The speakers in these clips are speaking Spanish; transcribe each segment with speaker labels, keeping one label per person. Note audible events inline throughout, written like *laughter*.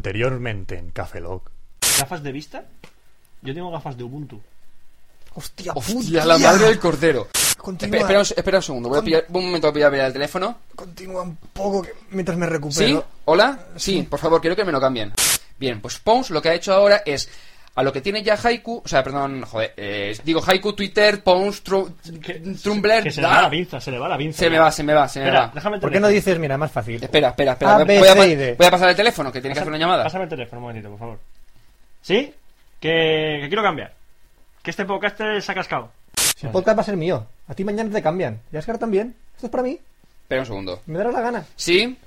Speaker 1: Anteriormente en Cafelog.
Speaker 2: ¿Gafas de vista? Yo tengo gafas de Ubuntu.
Speaker 3: Hostia,
Speaker 4: Hostia, la madre del cordero.
Speaker 3: Continúa,
Speaker 4: Espe- Espera, un, espera un segundo, voy a
Speaker 3: Con-
Speaker 4: pillar, un momento voy a pillar el teléfono.
Speaker 3: continúa un poco que- mientras me recupero.
Speaker 4: ¿Sí? ¿Hola? Sí, por favor, quiero que me lo cambien. Bien, pues Pons lo que ha hecho ahora es a lo que tiene ya Haiku, o sea, perdón, joder, eh, digo Haiku, Twitter, Pons, Tru- Trumbler,
Speaker 2: Que se le
Speaker 4: da-
Speaker 2: va la pinza, se le va la pinza.
Speaker 4: se me
Speaker 2: ya.
Speaker 4: va, se me va, se me
Speaker 2: Espera,
Speaker 4: va.
Speaker 2: déjame el
Speaker 1: ¿Por qué no
Speaker 2: teléfono.
Speaker 1: dices, mira, más fácil?
Speaker 4: Espera, espera, espera,
Speaker 1: A, B,
Speaker 4: voy, a,
Speaker 1: C y D.
Speaker 4: pa- voy a pasar el teléfono, que tiene que hacer una llamada.
Speaker 2: Pásame el teléfono un momentito, por favor. ¿Sí? Que, que quiero cambiar. Que este podcast se ha cascado.
Speaker 1: Si el podcast va a ser mío. A ti mañana te cambian. ¿Y a Oscar también? Esto es para mí.
Speaker 4: Espera un segundo.
Speaker 1: Me dará la gana.
Speaker 4: ¿Sí?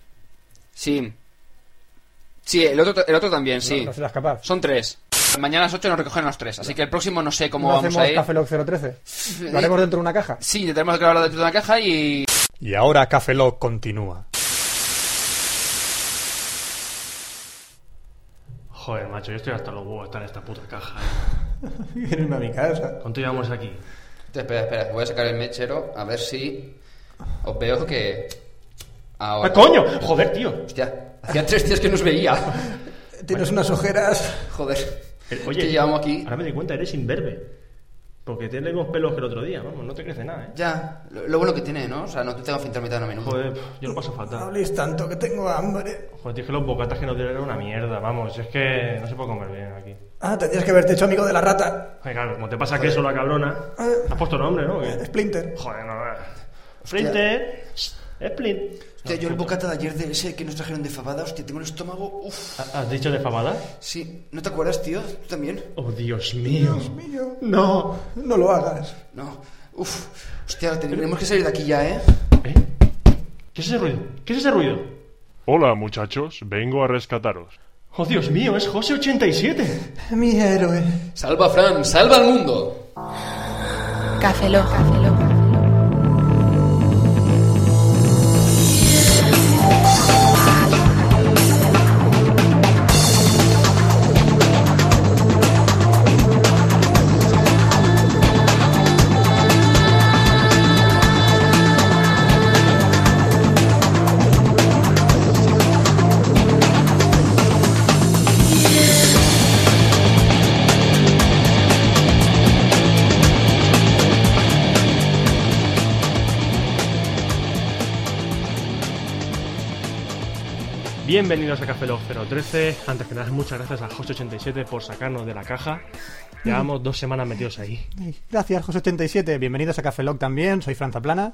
Speaker 4: Sí. Sí, el otro, el otro también, sí.
Speaker 1: No, no serás capaz.
Speaker 4: Son tres. Mañana a las 8 nos recogen los tres, así que el próximo no sé cómo
Speaker 1: no
Speaker 4: vamos
Speaker 1: hacemos
Speaker 4: a ir.
Speaker 1: Cafelog 013. Lo haremos dentro de una caja.
Speaker 4: Sí, tenemos que grabarlo dentro de una caja y...
Speaker 1: Y ahora Cafelog continúa.
Speaker 2: Joder, macho, yo estoy hasta los huevos de estar en esta puta caja. eh.
Speaker 1: Vienen a mi casa.
Speaker 2: ¿Cuánto llevamos aquí?
Speaker 4: Espera, espera, voy a sacar el mechero a ver si os veo que...
Speaker 2: ¡Ah,
Speaker 4: Ahora.
Speaker 2: coño! Joder, tío.
Speaker 4: Hostia, hacía tres días que nos veía. *laughs*
Speaker 3: Eh, Tienes unas ojeras.
Speaker 4: Joder.
Speaker 2: Eh,
Speaker 4: Es que llevamos aquí...
Speaker 2: Ahora me di cuenta, eres imberbe. Porque tienes los pelos que el otro día, vamos, no te crece nada, eh.
Speaker 4: Ya, lo, lo bueno que tiene, ¿no? O sea, no te tengo finta mitad de menudo.
Speaker 2: Joder, pf, yo lo paso
Speaker 3: No
Speaker 2: fatal.
Speaker 3: habléis tanto que tengo hambre.
Speaker 2: Joder, tío, es que los bocatas que nos dieron eran una mierda, vamos. Es que no se puede comer bien aquí.
Speaker 3: Ah, tendrías que haberte hecho amigo de la rata. Ah,
Speaker 2: Joder, claro, como te pasa queso la cabrona. Has puesto nombre, ¿no? ¿O qué?
Speaker 3: Splinter.
Speaker 2: Joder, no. eh. Splinter. Splint.
Speaker 4: Hostia, yo el bocata de ayer de ese que nos trajeron de fabada, hostia, tengo el estómago... Uf.
Speaker 2: ¿Has dicho de fabada?
Speaker 4: Sí, ¿no te acuerdas, tío? ¿Tú también?
Speaker 2: Oh, Dios mío. Dios
Speaker 3: mío.
Speaker 2: No.
Speaker 3: No lo hagas.
Speaker 4: No. Uf. Hostia, tenemos que salir de aquí ya, ¿eh?
Speaker 2: ¿Eh? ¿Qué es ese ruido? ¿Qué es ese ruido?
Speaker 5: Hola muchachos, vengo a rescataros.
Speaker 2: Oh, Dios mío, es José 87.
Speaker 3: Mi héroe.
Speaker 4: Salva a Fran, salva al mundo.
Speaker 6: Café Lock.
Speaker 2: Bienvenidos a Café Log 013. Antes que nada, muchas gracias a José 87 por sacarnos de la caja. Llevamos dos semanas metidos ahí.
Speaker 1: Gracias, José87. Bienvenidos a Cafelog también. Soy Franza Plana.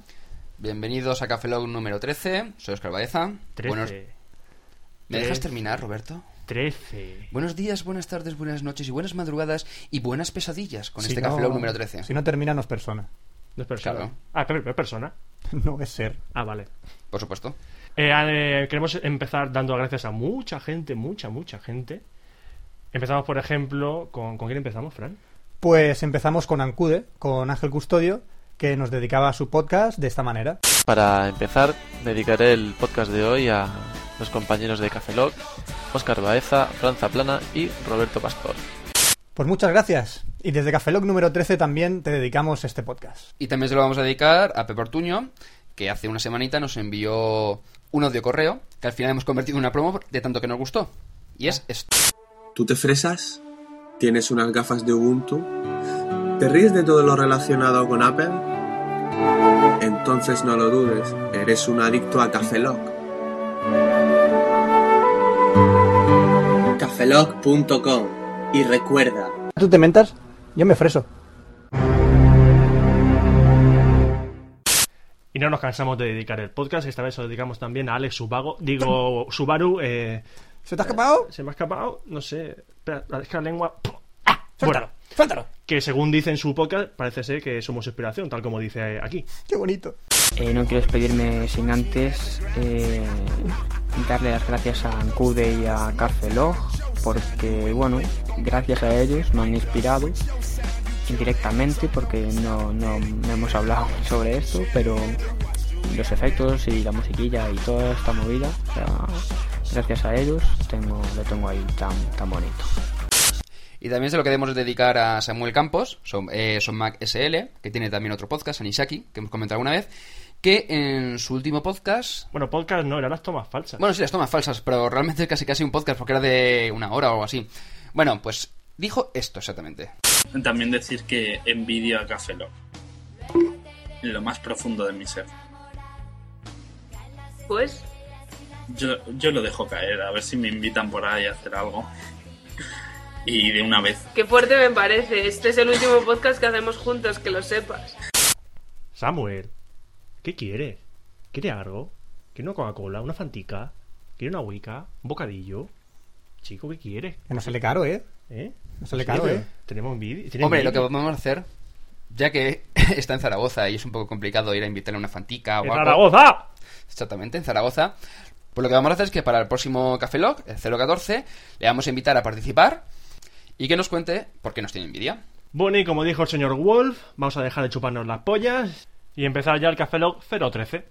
Speaker 4: Bienvenidos a Café Log número 13. Soy Oscar Baeza.
Speaker 2: 13.
Speaker 4: Buenos- ¿Me
Speaker 2: Tres.
Speaker 4: dejas terminar, Roberto?
Speaker 2: 13.
Speaker 4: Buenos días, buenas tardes, buenas noches y buenas madrugadas y buenas pesadillas con
Speaker 1: Si
Speaker 4: este
Speaker 1: no-
Speaker 4: Café Log número 13.
Speaker 1: Si no termina, no es persona. *laughs*
Speaker 2: No es persona.
Speaker 4: Claro.
Speaker 2: Ah, claro, no es persona.
Speaker 1: No es ser.
Speaker 2: Ah, vale.
Speaker 4: Por supuesto.
Speaker 2: Eh, eh, queremos empezar dando gracias a mucha gente, mucha, mucha gente. Empezamos, por ejemplo, con... ¿Con quién empezamos, Fran?
Speaker 1: Pues empezamos con Ancude, con Ángel Custodio, que nos dedicaba a su podcast de esta manera.
Speaker 7: Para empezar, dedicaré el podcast de hoy a los compañeros de Cafeloc, Óscar Baeza, Franza Plana y Roberto Pastor.
Speaker 1: Pues muchas gracias. Y desde Cafelog número 13 también te dedicamos este podcast.
Speaker 4: Y también se lo vamos a dedicar a Pepe Ortuño, que hace una semanita nos envió un audio correo que al final hemos convertido en una promo de tanto que nos gustó. Y es esto.
Speaker 8: ¿Tú te fresas? ¿Tienes unas gafas de Ubuntu? ¿Te ríes de todo lo relacionado con Apple? Entonces no lo dudes, eres un adicto a Cafeloc. Cafeloc.com y recuerda,
Speaker 1: ¿Tú te mentas? Yo me freso.
Speaker 2: Y no nos cansamos de dedicar el podcast. Esta vez se lo dedicamos también a Alex Subago. Digo, Subaru. eh,
Speaker 1: ¿Se te ha escapado?
Speaker 2: se me ha escapado, no sé. Espera, la, es que la lengua.
Speaker 1: Ah, Suéltalo,
Speaker 2: Bueno,
Speaker 1: suéltalo.
Speaker 2: que según dice en su podcast, parece ser que somos inspiración, tal como dice eh, aquí.
Speaker 1: Qué bonito.
Speaker 9: Eh, no quiero despedirme sin antes eh, darle las gracias a Ancude y a Carcelog porque, bueno, gracias a ellos me han inspirado indirectamente porque no, no, no hemos hablado *laughs* sobre esto, pero los efectos y la musiquilla y toda esta movida, o sea, gracias a ellos tengo, lo tengo ahí tan, tan bonito.
Speaker 4: Y también se lo queremos dedicar a Samuel Campos, son, eh, son Mac SL, que tiene también otro podcast, Anisaki, que hemos comentado alguna vez,
Speaker 10: que en su último podcast
Speaker 2: Bueno, podcast no, eran las tomas falsas.
Speaker 10: Bueno, sí, las tomas falsas, pero realmente es casi casi un podcast porque era de una hora o algo así. Bueno, pues dijo esto exactamente.
Speaker 11: También decir que envidio a Café Lock. En lo más profundo de mi ser.
Speaker 12: Pues
Speaker 11: Yo, yo lo dejo caer, a ver si me invitan por ahí a hacer algo. Y de una vez.
Speaker 12: qué fuerte me parece. Este es el último podcast que hacemos juntos, que lo sepas.
Speaker 2: Samuel, ¿qué quieres? ¿Quiere algo? ¿Quiere una Coca-Cola? ¿Una fantica? ¿Quiere una Wicca? ¿Un bocadillo? Chico, ¿qué quieres?
Speaker 1: Que no sale caro, ¿eh?
Speaker 2: ¿Eh?
Speaker 1: No sale
Speaker 2: Sí,
Speaker 1: caro,
Speaker 2: pero
Speaker 1: ¿eh?
Speaker 2: Tenemos vídeo. tiene
Speaker 10: Hombre, lo que
Speaker 2: vídeo.
Speaker 10: vamos a hacer, ya que *laughs* está en Zaragoza y es un poco complicado ir a invitarle a una fantica o
Speaker 2: ¡En
Speaker 10: algo-
Speaker 2: Zaragoza!
Speaker 10: Exactamente, en Zaragoza. Pues lo que vamos a hacer es que para el próximo Café Lock, el 014, le vamos a invitar a participar y que nos cuente por qué nos tiene envidia.
Speaker 2: Bueno, y como dijo el señor Wolf, vamos a dejar de chuparnos las pollas y empezar ya el Café Log 013.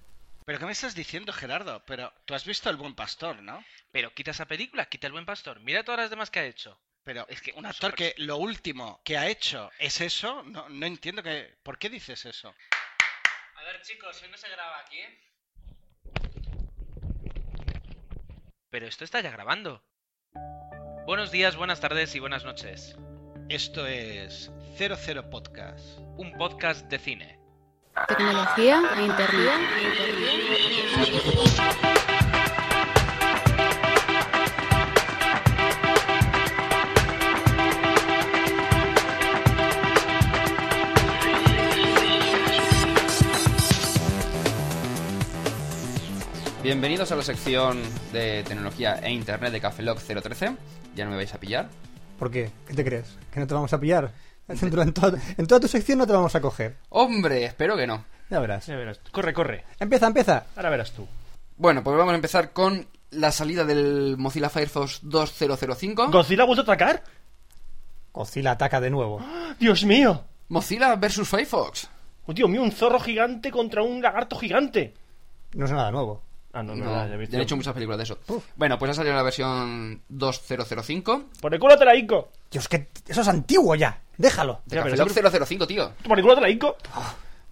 Speaker 13: ¿Pero qué me estás diciendo, Gerardo? Pero tú has visto El Buen Pastor, ¿no? Pero quita esa película, quita El Buen Pastor. Mira todas las demás que ha hecho. Pero es que un actor que lo último que ha hecho es eso, no, no entiendo que... ¿Por qué dices eso?
Speaker 14: A ver, chicos, hoy no se graba aquí, ¿eh?
Speaker 13: Pero esto está ya grabando. Buenos días, buenas tardes y buenas noches. Esto es 00 Podcast. Un podcast de cine.
Speaker 6: Tecnología e internet.
Speaker 10: Bienvenidos a la sección de tecnología e internet de Café Lock 013. Ya no me vais a pillar.
Speaker 1: ¿Por qué? ¿Qué te crees? ¿Que no te vamos a pillar? *laughs* En, toda- en toda tu sección no te vamos a coger.
Speaker 10: Hombre, Eh, espero que no.
Speaker 1: Ya verás.
Speaker 2: Ya verás. Corre, corre.
Speaker 1: Empieza, empieza.
Speaker 2: Ahora verás tú.
Speaker 10: Bueno, pues vamos a empezar con la salida del Mozilla Firefox 2005.
Speaker 2: ¿Godzilla ha vuelto a atacar?
Speaker 1: Godzilla ataca de nuevo. *gasps*
Speaker 2: ¡Dios mío!
Speaker 10: Mozilla versus Firefox.
Speaker 2: ¡Oh, Dios mío, un zorro gigante contra un lagarto gigante!
Speaker 1: No es nada nuevo.
Speaker 2: Ah, no, no,
Speaker 10: No,
Speaker 2: no,
Speaker 10: ya
Speaker 2: ya he visto.
Speaker 10: han hecho muchas películas de eso. Bueno, pues ha salido la versión 2005
Speaker 2: ¡Por el culo te la hinco!
Speaker 1: Dios, que eso es antiguo ya. Déjalo.
Speaker 10: de
Speaker 2: Ya,
Speaker 10: Café
Speaker 2: pero
Speaker 10: Lock
Speaker 2: siempre-
Speaker 10: 005, tío.
Speaker 2: ¿Por el culo te la hinco?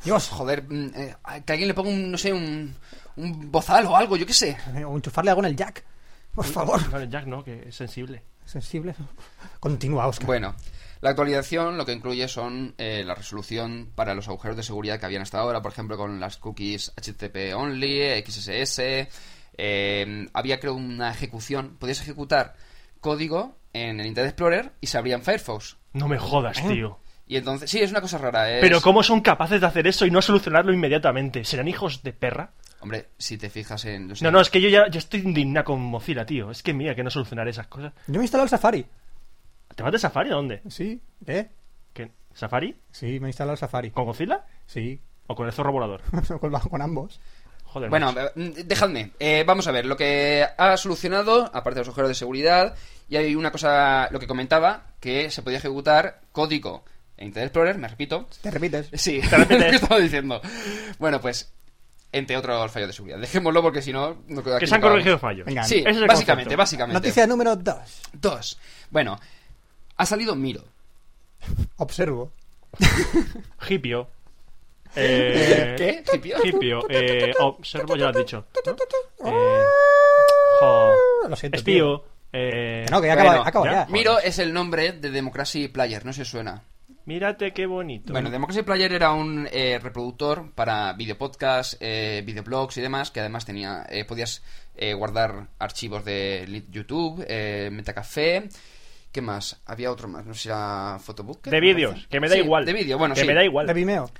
Speaker 1: Dios,
Speaker 10: joder, mm, eh, que alguien le ponga un, no sé, un, un bozal o algo, yo qué sé.
Speaker 1: O enchufarle algo en el jack. Por
Speaker 2: Uy,
Speaker 1: favor.
Speaker 2: Vale, Jack no, que es sensible.
Speaker 1: Sensible. Continúa, Oscar.
Speaker 10: Bueno, la actualización lo que incluye son eh, la resolución para los agujeros de seguridad que habían hasta ahora, por ejemplo, con las cookies HTTP only, XSS. eh, había, creo, una ejecución. Podías ejecutar código en el Internet Explorer y se abría en Firefox.
Speaker 2: No me jodas, tío.
Speaker 10: Y entonces, sí, es una cosa rara. Eh. es-
Speaker 2: Pero ¿cómo son capaces de hacer eso y no solucionarlo inmediatamente? ¿Serán hijos de perra?
Speaker 10: Hombre, si te fijas en.
Speaker 2: No, no, es que yo ya yo estoy indigna con Mozilla, tío. Es que mira, que no solucionar esas cosas.
Speaker 1: Yo me he instalado el Safari.
Speaker 2: ¿Te vas de Safari a dónde?
Speaker 1: Sí, ¿eh?
Speaker 2: ¿Qué? ¿Safari?
Speaker 1: Sí, me he instalado el Safari.
Speaker 2: ¿Con Godzilla?
Speaker 1: Sí. *laughs*
Speaker 2: ¿O con el zorro volador?
Speaker 1: con, con ambos.
Speaker 2: Joder.
Speaker 10: Bueno,
Speaker 2: macho.
Speaker 10: eh, dejadme. Eh, vamos a ver, lo que ha solucionado, aparte de los agujeros de seguridad, y hay una cosa, lo que comentaba, que se podía ejecutar código en Internet Explorer,
Speaker 2: *laughs*
Speaker 10: me repito.
Speaker 1: Te repites.
Speaker 10: Sí,
Speaker 2: Te repites.
Speaker 10: *laughs* lo que estaba diciendo. Bueno, pues, entre otros fallos de seguridad. Dejémoslo porque si no... no queda
Speaker 2: que
Speaker 10: aquí
Speaker 2: se han
Speaker 10: acabado.
Speaker 2: corregido fallos.
Speaker 1: Venga,
Speaker 10: Sí,
Speaker 2: Ese es el
Speaker 10: básicamente,
Speaker 2: concepto.
Speaker 10: básicamente.
Speaker 1: Noticia número 2.
Speaker 10: Dos. Bueno, ha salido Miro.
Speaker 1: Observo.
Speaker 10: *laughs*
Speaker 2: Hipio. Eh,
Speaker 10: ¿Qué? ¿Hipio?
Speaker 2: Hipio. Eh, observo, ya lo has dicho.
Speaker 10: *laughs*
Speaker 2: ¿no? Eh, jo.
Speaker 1: Lo siento,
Speaker 2: Espío. Eh,
Speaker 1: Que no, que ya
Speaker 10: Bueno,
Speaker 1: acaba, acaba
Speaker 2: ya.
Speaker 1: ya.
Speaker 10: Miro es el nombre de Democracy Player, no se suena.
Speaker 2: Mírate qué bonito.
Speaker 10: Bueno, Democracy Player era un eh, reproductor para videopodcasts, eh, videoblogs y demás, que además tenía eh, podías eh, guardar archivos de Lit- YouTube, eh, Metacafé, ¿qué más? Había otro más, no sé si era Photobook.
Speaker 2: de vídeos, que me da
Speaker 10: Sí,
Speaker 2: igual.
Speaker 10: De vídeo, bueno,
Speaker 2: que
Speaker 10: sí.
Speaker 2: me da igual.
Speaker 1: De Vimeo.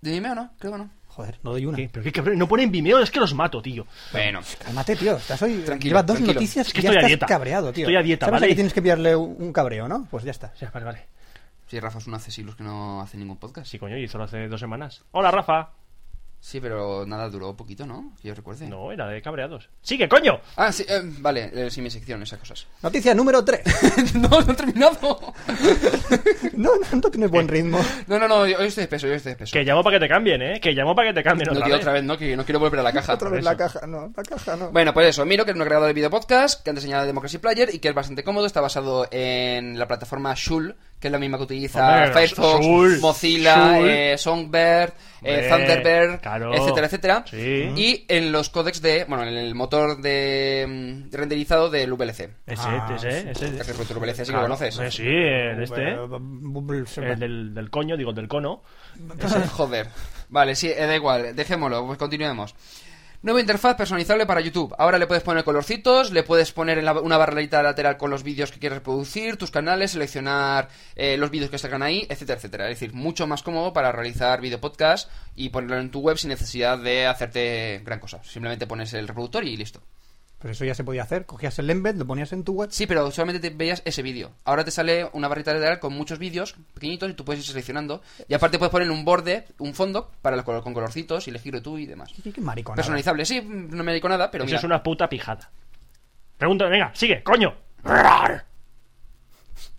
Speaker 10: ¿De Vimeo no? Creo que no.
Speaker 1: Joder, no doy una.
Speaker 2: ¿Qué? Pero qué cabrón, no ponen Vimeo, es que los mato, tío.
Speaker 10: Bueno,
Speaker 1: Cálmate, tío. Estás hoy...
Speaker 10: Tranquilo,
Speaker 1: Llevas dos
Speaker 10: tranquilo.
Speaker 1: noticias
Speaker 2: Es que
Speaker 1: y ya
Speaker 2: estoy a
Speaker 1: estás
Speaker 2: dieta.
Speaker 1: cabreado, tío.
Speaker 2: Estoy a dieta,
Speaker 1: ¿Sabes
Speaker 2: ¿vale?
Speaker 1: que tienes que pillarle un un cabreo, ¿no? Pues ya está.
Speaker 2: O sea, vale, vale.
Speaker 10: sí, Rafa es un accesible que no hace ningún podcast.
Speaker 2: Sí,
Speaker 10: Sí,
Speaker 2: coño, y solo hace dos semanas. Hola, Rafa.
Speaker 10: pero nada, duró poquito, ¿no? Que yo recuerde.
Speaker 2: No, era de cabreados. ¡Sigue, coño!
Speaker 10: Ah, sí, eh, vale, eh, sí, mi sección, esas cosas.
Speaker 1: Noticia número 3.
Speaker 10: *laughs* no, no he terminado.
Speaker 1: *laughs*
Speaker 10: *laughs*
Speaker 1: no, no, no tienes buen ritmo.
Speaker 10: no, no, no, hoy estoy espeso, hoy estoy espeso.
Speaker 2: Que llamo para que te cambien, ¿eh? Que llamo para que te cambien
Speaker 10: No,
Speaker 2: otra
Speaker 10: tío,
Speaker 2: vez.
Speaker 10: otra vez, no, que no quiero volver a
Speaker 3: *laughs*
Speaker 10: la caja.
Speaker 1: Otra
Speaker 2: por
Speaker 1: vez la
Speaker 2: eso.
Speaker 1: caja, no. La caja, no.
Speaker 10: Bueno, pues eso, Miro, que es un creador de videopodcast, que antes enseñaba Democracy Player y que es bastante cómodo, está basado en la plataforma Shul, que es la misma que utiliza
Speaker 2: Hombre,
Speaker 10: Firefox,
Speaker 2: Soul,
Speaker 10: Mozilla,
Speaker 2: Soul.
Speaker 10: eh, Songbird,
Speaker 2: Hombre,
Speaker 10: eh, Thunderbird,
Speaker 2: claro.
Speaker 10: etcétera, etcétera.
Speaker 2: Sí.
Speaker 10: Y en los códecs de, bueno, en el motor de mm, de renderizado del VLC.
Speaker 2: Ese,
Speaker 1: Ah,
Speaker 2: ese, ese.
Speaker 10: El reproductor VLC sí que
Speaker 2: Claro.
Speaker 10: lo conoces.
Speaker 2: Eh, Sí, *laughs* el este.
Speaker 1: um,
Speaker 10: Bueno,
Speaker 2: El del, del coño, digo, del cono.
Speaker 10: Ese, Joder. Vale, sí, eh, da igual, dejémoslo, pues continuemos. Nueva interfaz personalizable para YouTube. Ahora le puedes poner colorcitos, le puedes poner en la- una barrita lateral con los vídeos que quieres reproducir, tus canales, seleccionar eh, los vídeos que sacan ahí, etcétera, etcétera. Es decir, mucho más cómodo para realizar video podcast y ponerlo en tu web sin necesidad de hacerte gran cosa. Simplemente pones el reproductor y listo.
Speaker 1: Pero Pues eso ya se podía hacer. Cogías el embed, lo ponías en tu web.
Speaker 10: Sí, pero solamente te veías ese vídeo. Ahora te sale una barrita lateral con muchos vídeos pequeñitos y tú puedes ir seleccionando. Y aparte puedes poner un borde, un fondo para los color- con colorcitos y elegirlo tú y demás.
Speaker 1: Qué mariconada.
Speaker 10: Personalizable, sí, no me digo nada, pero
Speaker 2: Eso
Speaker 10: mira.
Speaker 2: es una puta pijada. Pregunta, venga, sigue, coño.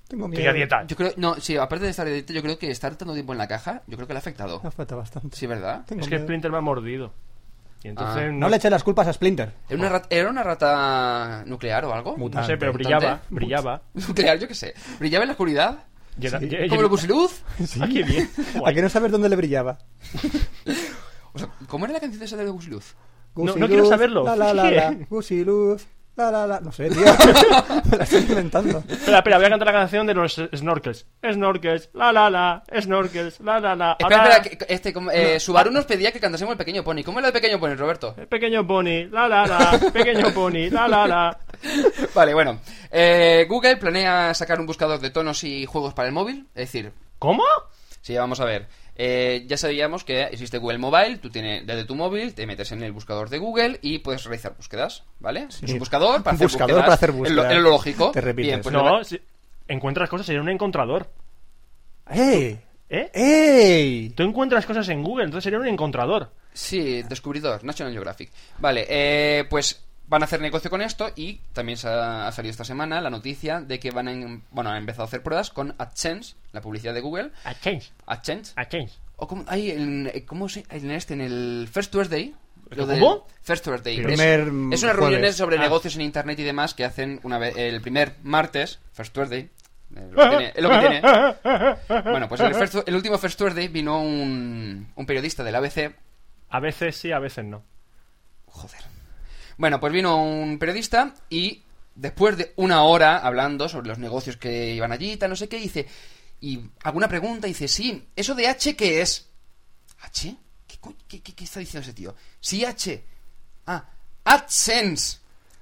Speaker 1: Tengo
Speaker 2: miedo. Estoy a dieta.
Speaker 10: Yo creo, no, sí, aparte de estar a dieta, yo creo que estar tanto tiempo en la caja, yo creo que le ha afectado.
Speaker 1: Me afecta bastante.
Speaker 10: Sí, ¿verdad?
Speaker 1: Tengo
Speaker 2: es que
Speaker 1: miedo.
Speaker 2: Splinter me ha mordido. Y entonces.
Speaker 10: Ah.
Speaker 1: No le eché las culpas a Splinter.
Speaker 10: ¿Era una, rata, ¿Era una rata nuclear o algo?
Speaker 1: Mutante. No sé,
Speaker 2: pero brillaba, brillaba.
Speaker 10: *laughs* Nuclear, yo qué sé. ¿Brillaba en la oscuridad?
Speaker 2: Y era- "Ah, y- y-
Speaker 10: ¿Como lo luz?
Speaker 1: Sí. *laughs* ¿A que no sabes dónde le brillaba?
Speaker 10: ¿Cómo era la canción esa de Gusiluz?
Speaker 1: Gus
Speaker 10: No-
Speaker 1: y
Speaker 10: no quiero
Speaker 1: Luz,
Speaker 10: saberlo.
Speaker 1: La, la, la,
Speaker 10: Sigue.
Speaker 1: la,
Speaker 2: *laughs*
Speaker 1: Gus y Luz. La, la, la. No sé, tío. *laughs* Me la estoy
Speaker 2: *laughs*
Speaker 1: inventando.
Speaker 2: Espera, espera, voy a cantar la canción de los snorkels. Snorkels, la la la, snorkels, la la la.
Speaker 10: Espera,
Speaker 2: Ahora-
Speaker 10: espera, que- este, como, eh, Subaru nos pedía que cantásemos el pequeño pony. ¿Cómo era el pequeño pony, Roberto?
Speaker 2: Pequeño pony, la la la, pequeño pony, la la la.
Speaker 10: *laughs* Vale, bueno. Eh, Google planea sacar un buscador de tonos y juegos para el móvil. Es decir...
Speaker 2: ¿Cómo?
Speaker 10: Sí, vamos a ver. Eh, ya sabíamos que existe Google Mobile. Tú tienes desde tu móvil, te metes en el buscador de Google y puedes realizar búsquedas, ¿vale? Es un buscador
Speaker 1: *laughs* Un
Speaker 10: para hacer
Speaker 1: buscador
Speaker 10: búsquedas.
Speaker 1: para hacer
Speaker 10: Es lo-
Speaker 1: búsquedas.
Speaker 10: Es lo lógico.
Speaker 1: Te repites.
Speaker 10: Bien, pues
Speaker 2: no,
Speaker 10: nada.
Speaker 2: si encuentras cosas, sería un encontrador.
Speaker 1: ¡Ey!
Speaker 2: ¿Eh?
Speaker 1: ¡Ey!
Speaker 2: Tú encuentras cosas en Google, entonces sería un encontrador.
Speaker 10: Sí, descubridor, National Geographic. Vale, eh, pues van a hacer negocio con esto y también se ha, ha salido esta semana la noticia de que van a, en- bueno, han empezado a hacer pruebas con AdSense, la publicidad de Google.
Speaker 2: AdSense.
Speaker 10: AdSense.
Speaker 2: AdSense.
Speaker 10: O como, ay, en, eh, ¿cómo se, en este, en el First Tuesday? lo del-
Speaker 2: ¿Cómo?
Speaker 10: First Tuesday.
Speaker 2: Primer
Speaker 10: Es,
Speaker 2: jueves.
Speaker 10: es unas reuniones sobre
Speaker 2: Ah.
Speaker 10: negocios en internet y demás que hacen una vez, el primer martes, First Tuesday. eh, Lo que tiene, es lo que tiene. Bueno, pues el, first- el último First Tuesday vino un, un periodista del ABC.
Speaker 2: A veces sí, a veces no.
Speaker 10: Joder. Bueno, pues vino un periodista y después de una hora hablando sobre los negocios que iban allí, y tal, no sé qué, dice. Y alguna pregunta, dice: Sí, ¿eso de H qué es? ¿H? ¿Qué, co- qué- qué- qué está diciendo ese tío? Sí, H. Ah, AdSense.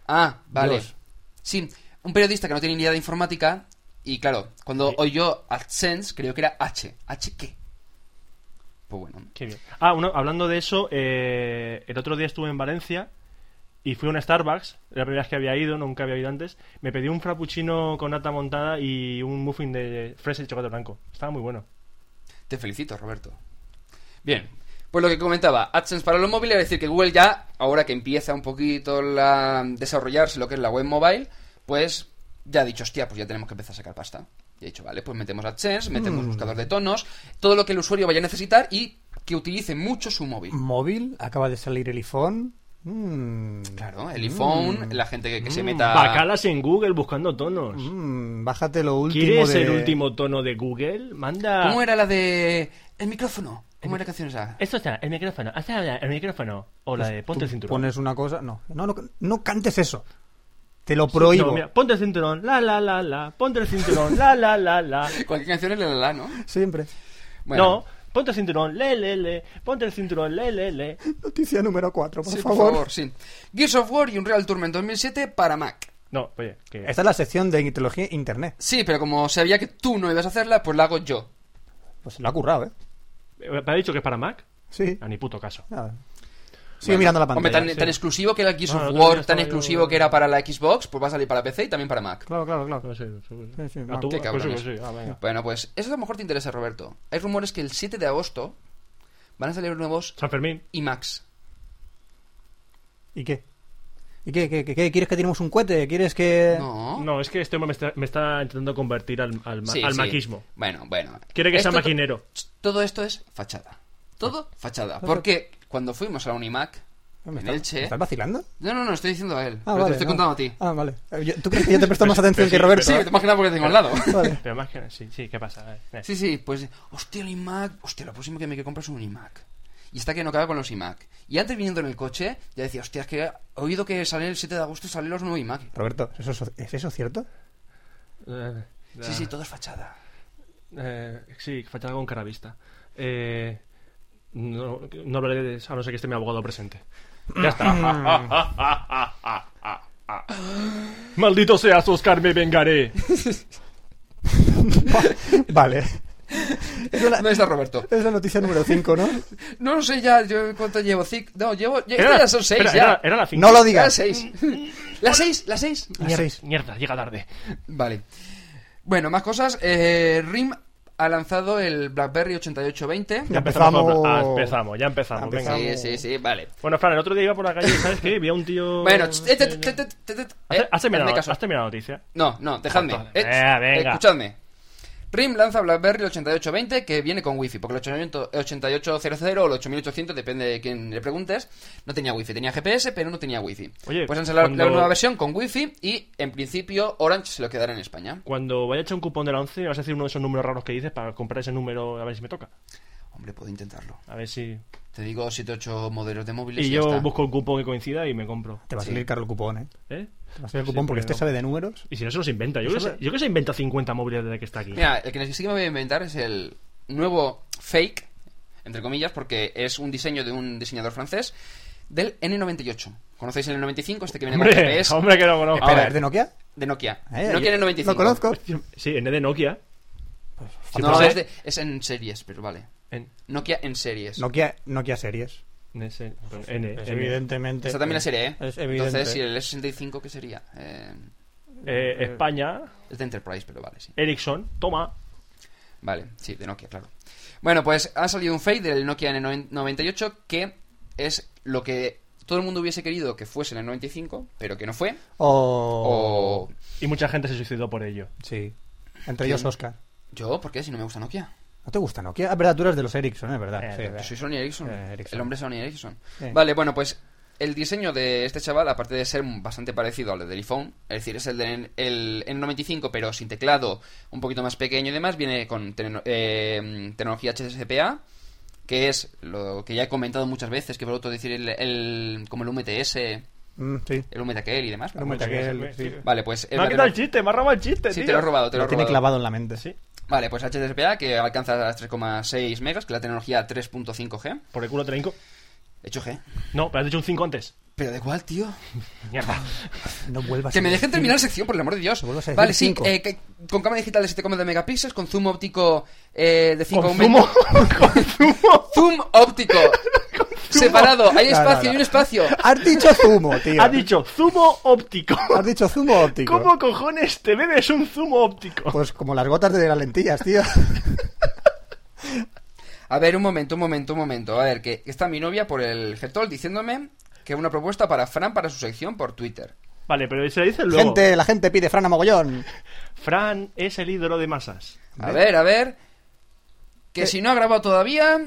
Speaker 10: Ah, vale.
Speaker 2: Dios.
Speaker 10: Sí, un periodista que no tiene ni idea de informática. Y claro, cuando oyó AdSense, creo que era H. ¿H qué? Pues bueno.
Speaker 2: Qué bien. Ah, uno- hablando de eso, eh, el otro día estuve en Valencia y fui a un Starbucks, la primera vez que había ido, nunca había ido antes. Me pedí un frappuccino con nata montada y un muffin de fresa y chocolate blanco. Estaba muy bueno.
Speaker 10: Te felicito, Roberto. Bien, pues lo que comentaba, AdSense para los móviles, es decir, que Google ya, ahora que empieza un poquito la desarrollarse lo que es la web mobile, pues ya ha dicho, hostia, pues ya tenemos que empezar a sacar pasta. Y ha dicho, vale, pues metemos AdSense, metemos
Speaker 1: Mm.
Speaker 10: buscador de tonos, todo lo que el usuario vaya a necesitar y que utilice mucho su móvil.
Speaker 2: Mm.
Speaker 1: Móvil, acaba de salir el iPhone. Mm.
Speaker 10: Claro, el iPhone, la gente que, que se
Speaker 2: Mm,
Speaker 10: meta...
Speaker 2: Bacalas en Google buscando tonos.
Speaker 1: Mm, bájate lo último.
Speaker 2: ¿Quieres
Speaker 1: de-
Speaker 2: el último tono de Google? Manda.
Speaker 10: ¿Cómo era la de... el micrófono? ¿Cómo era la canción esa?
Speaker 2: Esto está, el micrófono. Hasta ahora, el micrófono. O la
Speaker 1: Pues
Speaker 2: de
Speaker 1: tú
Speaker 2: ponte el cinturón.
Speaker 1: Pones una cosa. No, no, no, no cantes eso. Te lo prohíbo.
Speaker 2: No, mira, ponte el cinturón, la la la la. Ponte el cinturón, la la
Speaker 1: *laughs*
Speaker 2: la la.
Speaker 10: Cualquier canción es la la la, ¿no?
Speaker 1: Siempre.
Speaker 2: No, ponte el cinturón, le le le. Ponte el cinturón, le le le.
Speaker 1: Noticia número 4, por
Speaker 10: Sí,
Speaker 1: favor.
Speaker 10: por favor, sí. Gears of War y Unreal Tournament 2007 para Mac.
Speaker 2: No, oye, que.
Speaker 1: Esta es la sección de tecnología e internet.
Speaker 10: Sí, pero como sabía que tú no ibas a hacerla, pues la hago yo.
Speaker 1: Pues se lo ha currado, ¿eh?
Speaker 2: ¿Me ha dicho que es para Mac?
Speaker 1: Sí.
Speaker 2: A ni puto caso.
Speaker 1: Nada. Sigue mirando la pantalla.
Speaker 10: Hombre, tan,
Speaker 1: sí.
Speaker 10: tan exclusivo que era el Gears
Speaker 2: Bueno, el
Speaker 10: of
Speaker 2: otro día
Speaker 10: War, tan
Speaker 2: estaba yo-
Speaker 10: exclusivo que era para la Xbox, pues va a salir para PC y también para Mac.
Speaker 1: Claro, claro, claro.
Speaker 2: No sé, seguro.
Speaker 1: Sí, sí,
Speaker 2: Ah,
Speaker 1: claro.
Speaker 2: tú,
Speaker 10: Qué
Speaker 2: pues
Speaker 10: cabrones.
Speaker 2: sí, pues sí. Ah, venga.
Speaker 10: Bueno, pues eso a lo mejor te interesa, Roberto. Hay rumores que el 7 de agosto van a salir nuevos
Speaker 2: San Fermín.
Speaker 10: IMAX.
Speaker 1: ¿Y qué? ¿Y qué, qué, qué, qué? ¿Quieres que tiremos un cohete? ¿Quieres que.?
Speaker 10: No.
Speaker 2: No, es que este hombre me está, me está intentando convertir al, al, ma-
Speaker 10: Sí,
Speaker 2: al
Speaker 10: sí.
Speaker 2: maquismo.
Speaker 10: Bueno, bueno.
Speaker 2: Quiere que sea
Speaker 10: Esto-
Speaker 2: maquinero. Ah.
Speaker 10: Todo esto es fachada. Todo fachada. Porque cuando fuimos a un iMac,
Speaker 1: ¿Me
Speaker 10: en
Speaker 1: estás-
Speaker 10: Elche.
Speaker 1: me estás vacilando?
Speaker 10: No, no, no, estoy diciendo a él.
Speaker 1: Ah,
Speaker 10: pero te
Speaker 1: vale,
Speaker 10: lo estoy
Speaker 1: no.
Speaker 10: contando a ti.
Speaker 1: Ah, vale. Eh, yo- ¿Tú crees que yo te presto más atención que Roberto?
Speaker 10: *laughs* Sí, más que nada porque tengo al lado.
Speaker 2: *laughs*
Speaker 1: Vale.
Speaker 2: Pero más que nada, sí, sí, ¿qué pasa? A ver, eh.
Speaker 10: Sí, sí, pues, hostia, el iMac, hostia, lo próximo que me quiero comprar es un iMac. Y está que no cabe con los iMac. Y antes viniendo en el coche, ya decía, hostia, es que he oído que sale el 7 de agosto salen los nuevos iMac.
Speaker 1: Roberto, ¿eso, es- ¿es eso *laughs* cierto?
Speaker 2: Eh,
Speaker 10: Sí,
Speaker 2: ya.
Speaker 10: sí, todo es fachada.
Speaker 2: Eh, sí, fachada con cara vista. Eh, no, no hablaré de eso, a no ser que esté mi abogado presente. Ya está. *laughs* Maldito seas, Oscar, me vengaré.
Speaker 1: vale.
Speaker 10: No está Roberto.
Speaker 1: Es la noticia número 5, ¿no?
Speaker 10: No lo sé ya yo cuánto llevo. Cic- No, llevo. ya-
Speaker 2: Era
Speaker 10: esto
Speaker 2: la-
Speaker 10: ya son 6
Speaker 2: espera,
Speaker 10: ya.
Speaker 2: era- era la cinco. No lo digas.
Speaker 10: Era 6. La 6, la 6.
Speaker 2: Mierda, mierda, llega tarde.
Speaker 10: Vale. Bueno, más cosas. Eh, RIM ha lanzado el BlackBerry 8820.
Speaker 2: Ya empezamos. con- ah, empezamos, ya empezamos. Venga.
Speaker 10: Sí, sí, sí, vale.
Speaker 2: Bueno, Fran, el otro día iba por la calle, ¿sabes qué? Vi a un tío.
Speaker 10: *laughs* Bueno, ch- eh, te- te- te- te- te- eh,
Speaker 2: ¿Has terminado
Speaker 10: hazme caso.
Speaker 2: has terminado la noticia?
Speaker 10: No, no, dejadme.
Speaker 2: Vale.
Speaker 10: Eh,
Speaker 2: Eh, venga.
Speaker 10: Escuchadme. RIM lanza BlackBerry 8820 que viene con wifi, porque el 8800 8800 o el 8800, depende de quién le preguntes, no tenía wifi, tenía GPS, pero no tenía wifi.
Speaker 2: Oye,
Speaker 10: pues han sacado la
Speaker 2: cuando-
Speaker 10: nueva versión con wifi y en principio Orange se lo quedará en España.
Speaker 2: Cuando vaya a echar un cupón de la 11, vas a decir uno de esos números raros que dices para comprar ese número a ver si me toca.
Speaker 10: Hombre, puedo intentarlo.
Speaker 2: A ver si.
Speaker 10: Te digo 7 8 modelos de móviles
Speaker 2: Y
Speaker 10: y,
Speaker 2: yo
Speaker 10: ya está.
Speaker 2: busco el cupón que coincida y me compro.
Speaker 1: Te va a salir caro el cupón, ¿eh?
Speaker 2: ¿Eh?
Speaker 1: Te va a salir el cupón porque este sabe de números.
Speaker 2: Y si no se los inventa, yo
Speaker 1: Eso
Speaker 2: creo, que se,
Speaker 1: sabe.
Speaker 2: yo creo que se inventa 50 móviles desde que está *laughs* aquí.
Speaker 10: Mira, el que sí que me voy a inventar es el nuevo fake, entre comillas, porque es un diseño de un diseñador francés, del N98. ¿Conocéis el N95? Este que viene
Speaker 2: Hombre,
Speaker 10: con GPS.
Speaker 2: hombre, que lo conozco.
Speaker 10: Ahora,
Speaker 2: Espera, ¿es de
Speaker 1: Nokia?
Speaker 10: De Nokia.
Speaker 2: Eh,
Speaker 10: Nokia
Speaker 2: yo-
Speaker 10: N95.
Speaker 2: lo conozco. Sí, N de Nokia. Sí,
Speaker 10: no,
Speaker 2: pues,
Speaker 10: es, de- es en series, pero vale. Nokia en series.
Speaker 1: Nokia, Nokia Series.
Speaker 2: N, se- N,
Speaker 1: Es
Speaker 2: N.
Speaker 1: evidentemente.
Speaker 10: Está también la serie, ¿eh?
Speaker 1: Es evidente.
Speaker 10: Entonces, ¿y el S65 qué sería? Eh,
Speaker 2: Eh, España.
Speaker 10: Es de Enterprise, pero vale, sí.
Speaker 2: Ericsson, toma.
Speaker 10: Vale, sí, de Nokia, claro. Bueno, pues ha salido un fake del Nokia N98 que es lo que todo el mundo hubiese querido que fuese el N95, pero que no fue.
Speaker 1: O-
Speaker 2: Y mucha gente se suicidó por ello.
Speaker 1: Sí. Entre ellos
Speaker 10: ¿Quién?
Speaker 1: Oscar.
Speaker 10: ¿Yo? ¿Por qué? Si no me gusta Nokia.
Speaker 1: ¿No te gusta Nokia? Ah, verdad, tú eres de los Ericsson, es verdad.
Speaker 10: Eh,
Speaker 1: Sí,
Speaker 10: yo
Speaker 1: verdad.
Speaker 10: soy Sony Ericsson.
Speaker 1: Eh, Ericsson.
Speaker 10: El hombre Sony Ericsson.
Speaker 1: Sí.
Speaker 10: Vale, bueno, pues el diseño de este chaval, aparte de ser bastante parecido al del iPhone, es decir, es el del el N95, pero sin teclado, un poquito más pequeño y demás, viene con tecno- eh, tecnología HSPA, que es lo que ya he comentado muchas veces, que por otro decir el, el- como el UMTS,
Speaker 1: Mm, sí.
Speaker 10: el UMTAQL y demás.
Speaker 1: El Umetaqel, sí.
Speaker 10: Vale, pues... es
Speaker 2: Me ha
Speaker 10: la
Speaker 2: quitado el
Speaker 10: tecno-
Speaker 2: chiste, me ha robado el chiste,
Speaker 10: Sí,
Speaker 2: tío.
Speaker 10: te lo he robado, te lo,
Speaker 1: Lo
Speaker 10: he
Speaker 1: tiene
Speaker 10: robado.
Speaker 1: clavado en la mente.
Speaker 2: Sí.
Speaker 10: Vale, pues HSPA que alcanza las 3,6 megas, que es la tecnología 3.5G.
Speaker 2: Por el culo te la hinco.
Speaker 10: Hecho G.
Speaker 2: No, pero has dicho un 5 antes.
Speaker 10: ¿Pero de cuál, tío?
Speaker 2: Mierda.
Speaker 1: No vuelvas
Speaker 10: Que
Speaker 1: a
Speaker 10: me
Speaker 1: decir.
Speaker 10: dejen terminar la sección, por el amor de Dios.
Speaker 1: vuelvas a decir
Speaker 10: Vale, sí,
Speaker 1: cinco.
Speaker 10: eh, que- con cámara digital de 7,2 megapíxeles, con zoom óptico eh, de 5
Speaker 2: ¿Con zumo? *laughs*
Speaker 10: zoom óptico. Separado,
Speaker 1: No,
Speaker 10: hay
Speaker 1: no,
Speaker 10: espacio,
Speaker 1: no.
Speaker 10: hay un espacio.
Speaker 1: Has dicho zumo, *laughs* tío.
Speaker 2: Ha dicho zumo óptico.
Speaker 1: Has eh. dicho zumo óptico.
Speaker 2: ¿Cómo cojones te bebes un zumo óptico?
Speaker 1: Pues como las gotas de las lentillas, *laughs* tío.
Speaker 10: A ver, un momento, un momento, un momento. A ver, que está mi novia por el Getol diciéndome que una propuesta para Fran para su sección por Twitter.
Speaker 2: Vale, pero se lo dices luego.
Speaker 1: gente, la gente pide Fran a mogollón.
Speaker 2: Fran es el ídolo de masas.
Speaker 10: A ver, a ver.
Speaker 1: Eh.
Speaker 10: Que si no ha grabado todavía,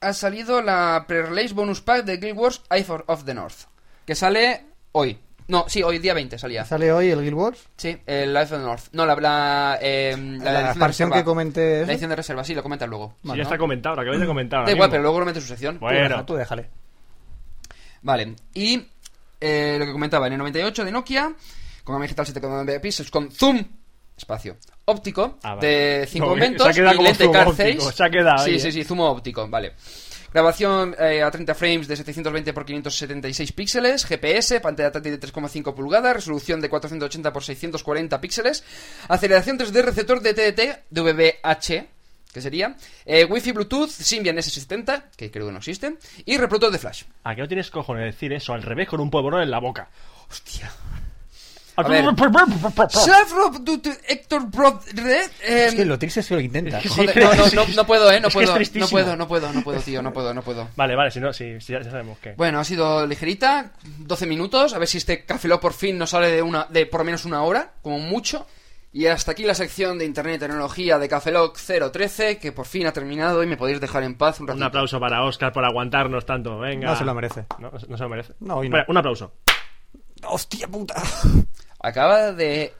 Speaker 10: ha salido la pre-release bonus pack de Guild Wars Eye for- of the North. Que sale hoy. No, sí, hoy, día 20 salía.
Speaker 1: ¿Sale hoy el Guild Wars?
Speaker 10: Sí, el Eye of the North. No, la. La, eh,
Speaker 1: La
Speaker 10: edición de
Speaker 1: expansión
Speaker 10: reserva.
Speaker 1: que comenté, ¿eso?
Speaker 10: La edición de reserva, sí, lo comentas luego.
Speaker 2: Si ya está comentado, ahora que vais a comentar. ahora
Speaker 10: Da igual,
Speaker 2: mismo.
Speaker 10: pero luego lo metes en su sección.
Speaker 1: Tú,
Speaker 2: Bueno,
Speaker 1: deja- tú déjale.
Speaker 10: Vale, y eh, lo que comentaba, el N98 de Nokia, con cámara digital 7,9 píxeles, con zoom, espacio, óptico,
Speaker 2: Ah, vale.
Speaker 10: de 5
Speaker 2: No,
Speaker 10: aumentos,
Speaker 2: se ha quedado
Speaker 10: y
Speaker 2: como
Speaker 10: lente
Speaker 2: zoom
Speaker 10: Car
Speaker 2: óptico,
Speaker 10: 6.
Speaker 2: se ha quedado
Speaker 10: sí,
Speaker 2: ahí,
Speaker 10: sí,
Speaker 2: eh.
Speaker 10: sí, zumo óptico, vale. Grabación eh, a 30 frames de 720 x 576 píxeles, GPS, pantalla táctil de 3,5 pulgadas, resolución de 480 x 640 píxeles, aceleración 3D receptor de TDT DVB-H, que sería, eh, Wi-Fi Bluetooth Symbian S70, que creo que no existe, y reproductor de flash.
Speaker 2: ¿a qué no tienes cojones de decir eso? Al revés, con un polvorón en la boca.
Speaker 10: Hostia.
Speaker 2: A
Speaker 10: A ver. Shaft du- du- Héctor Brod... re- eh,
Speaker 1: Es que lo triste es que lo intenta.
Speaker 2: Sí, *laughs*
Speaker 10: joder, no, no, no, no puedo, eh, no
Speaker 2: Es que es
Speaker 10: puedo,
Speaker 2: tristísimo.
Speaker 10: no puedo, no puedo, no puedo, tío, no puedo, no puedo.
Speaker 2: Vale, vale, si no, si, si ya ya sabemos que.
Speaker 10: Bueno, ha sido ligerita, 12 minutos, a ver si este Café Lock por fin nos sale de una, de por lo menos una hora, como mucho. Y hasta aquí la sección de Internet y Tecnología de Cafeloc 013, que por fin ha terminado y me podéis dejar en paz un ratito.
Speaker 2: Un aplauso para Oscar por aguantarnos tanto. Venga.
Speaker 10: No se lo merece.
Speaker 2: No, no se lo merece.
Speaker 10: No, hoy no.
Speaker 2: Espera, un aplauso.
Speaker 10: ¡Hostia puta! Acaba de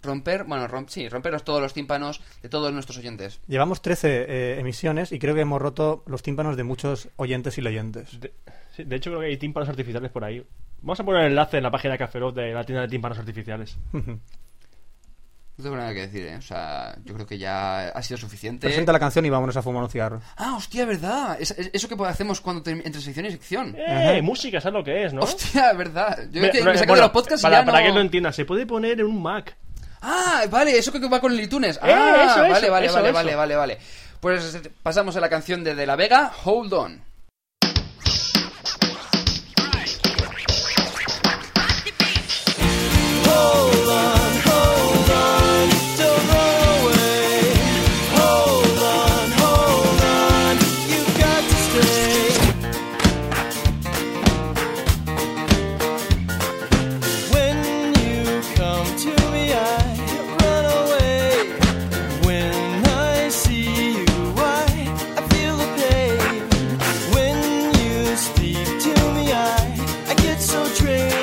Speaker 10: romper, bueno, rom- sí, romperos todos los tímpanos de todos nuestros oyentes.
Speaker 1: *laughs* Llevamos 13 eh, emisiones y creo que hemos roto los tímpanos de muchos oyentes y leyentes.
Speaker 2: Sí, de hecho, creo que hay tímpanos artificiales por ahí. Vamos a poner el enlace en la página de Cafelot de la tienda de tímpanos artificiales.
Speaker 10: No tengo nada que decir, ¿eh? O sea, yo creo que ya ha sido suficiente.
Speaker 1: Presenta la canción y vámonos a fumar un cigarro.
Speaker 10: Ah, hostia, verdad. Es- es- eso que hacemos cuando termi- entre sección y sección.
Speaker 2: ¡Eh! Música, ¿sabes lo que es, no?
Speaker 10: Hostia, verdad. Yo
Speaker 2: Ve-
Speaker 10: es que
Speaker 2: no,
Speaker 10: me saqué
Speaker 2: bueno,
Speaker 10: de los podcasts
Speaker 2: para,
Speaker 10: y ya
Speaker 2: para
Speaker 10: no-
Speaker 2: que lo entiendas, se puede poner en un Mac.
Speaker 10: Ah, vale, eso que va con el iTunes. Ah,
Speaker 2: Eh, eso, eso,
Speaker 10: vale, vale,
Speaker 2: eso,
Speaker 10: vale,
Speaker 2: eso.
Speaker 10: vale, vale, vale. Pues eh, pasamos a la canción de De La Vega, Hold On.
Speaker 7: Hold on, hold on, don't go away. Hold on, hold on, you've got to stay. When you come to me, I run away. When I see you, I, I feel the pain. When you speak to me, I, I get so trained.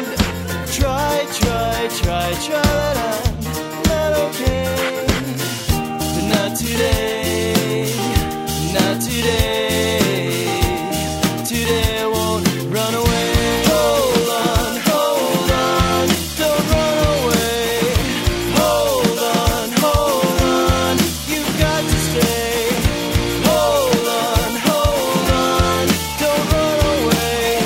Speaker 7: Try, try, try, try that I'm not okay. But not today, not today. Today I won't run away. Hold on, hold on, don't run away. Hold on, hold on, you've got to stay. Hold on, hold on, don't run away.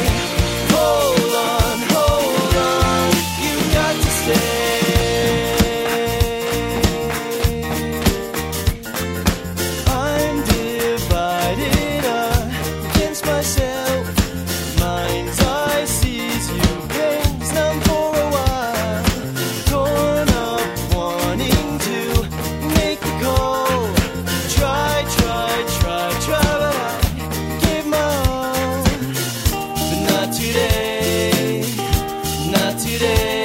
Speaker 7: Hold on, hold on, you've got to stay. I'm divided against myself. Mind's eye sees you, brain's numb for a while. Torn up, wanting to
Speaker 1: Ah,
Speaker 7: make the call. Try, try, try, try, but I give my all. But not today, not today.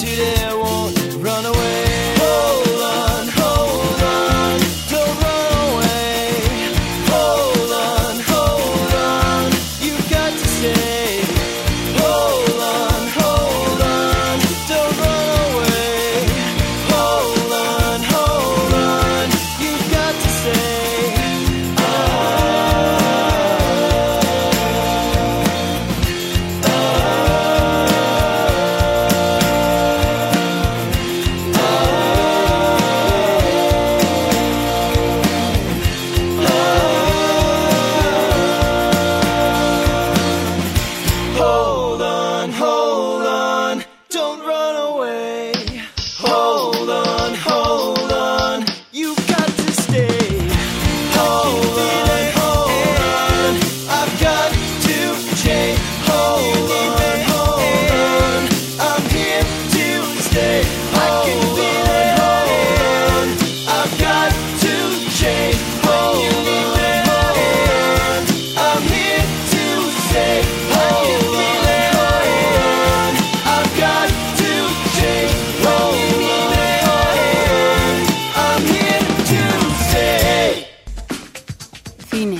Speaker 7: Today I won't run away. Hold on, hold on, don't run away. Hold on, hold on, you've got to stay. Hold on, hold on, don't run away. Hold on, hold on, you've got to stay. "Ah." Hold on, hold on, don't run away. Hold on, hold on, you've got to stay. Hold on, hold on, I've got to change. Hold on, hold on, I'm here to stay. Hold on, hold on, I've got to change. Hold on, hold on. I'm here to say, hold on, hold on. I've got to change. Hold on, hold on. I'm here to say.
Speaker 6: Cine.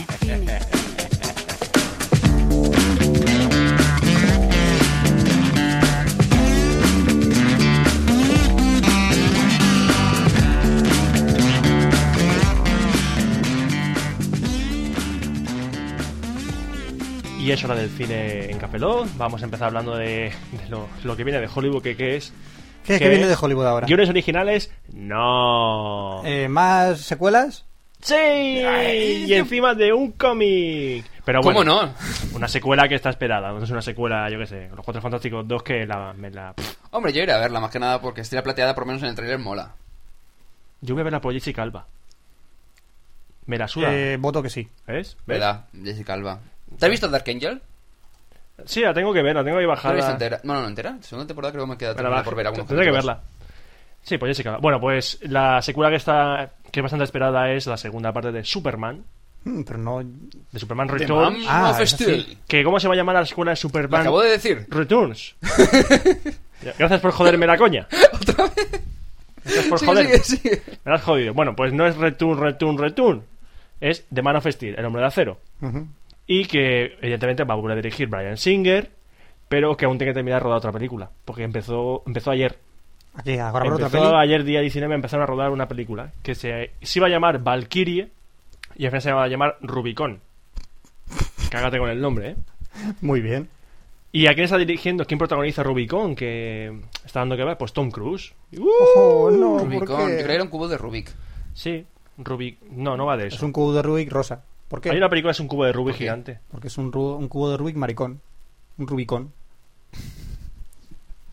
Speaker 2: Y es hora del cine en Cafeló. Vamos a empezar hablando de, de lo, lo que viene de Hollywood, que, que es.
Speaker 1: ¿Qué- qué
Speaker 2: que
Speaker 1: viene
Speaker 2: es-
Speaker 1: de Hollywood ahora?
Speaker 2: Guiones originales, no.
Speaker 1: Eh, ¿Más secuelas?
Speaker 2: ¡Sí! y encima de un cómic. Pero bueno,
Speaker 1: ¿Cómo
Speaker 2: Una secuela que está esperada. No es una secuela, yo qué sé. Los Cuatro Fantásticos 2 que la, me la. pff.
Speaker 10: Hombre, yo iré a verla más que nada porque Estela Plateada, por lo menos en el trailer, mola.
Speaker 2: Yo voy a ver la por Jessica Alba. Me la suda.
Speaker 1: Eh, voto que sí.
Speaker 2: ¿Ves? ¿Ves?
Speaker 10: ¿Verdad? Jessica Alba. ¿Te has visto Dark Angel?
Speaker 2: Sí, la tengo que ver, la tengo que
Speaker 10: ¿La
Speaker 2: bajar.
Speaker 10: has visto entera? No, no, no, entera. Segunda temporada creo que me queda terminada por ver algunos
Speaker 2: Tendré que
Speaker 10: capítulos.
Speaker 2: verla. Sí, pues Jessica. Bueno, pues la secuela que está que es bastante esperada es la segunda parte de Superman,
Speaker 1: Mm, Pero no.
Speaker 2: de Superman
Speaker 1: The
Speaker 2: Returns.
Speaker 1: Man Ah, of esa sí. Steel.
Speaker 2: Que cómo se va a llamar la secuela de Superman.
Speaker 1: Lo acabo
Speaker 10: de decir.
Speaker 2: Returns. Gracias por joderme la coña. Eso es por
Speaker 4: Sigue,
Speaker 2: joder.
Speaker 4: sigue, sigue.
Speaker 2: Me lo has jodido. Bueno, pues no es Return, Return, Return. Es The Man of Steel, el hombre de acero.
Speaker 1: Ujú.
Speaker 2: Y que, evidentemente, va a volver a dirigir Brian Singer, pero que aún tiene que terminar de rodar otra película. Porque empezó, empezó ayer.
Speaker 1: Aquí, ahora por otra
Speaker 2: empezó
Speaker 1: peli.
Speaker 2: ayer, día 19, empezaron a rodar una película que se, se iba a llamar Valkyrie y al final se iba a llamar Rubicon. Cágate con el nombre, ¿eh?
Speaker 1: Muy bien.
Speaker 2: ¿Y a quién está dirigiendo? ¿Quién protagoniza Rubicon? Que está dando que ver. Pues Tom Cruise.
Speaker 1: ¡Uh! Ojo, no, ¿por
Speaker 10: Rubicon.
Speaker 1: qué?
Speaker 10: Yo creo que era un cubo de Rubik.
Speaker 2: Sí, Rubik. No, no va de eso.
Speaker 1: Es un cubo de Rubik rosa. ¿Por qué?
Speaker 2: Hay una película que es un cubo de Rubik gigante.
Speaker 1: Porque es un, ru- un cubo de Rubik maricón. Un Rubicón.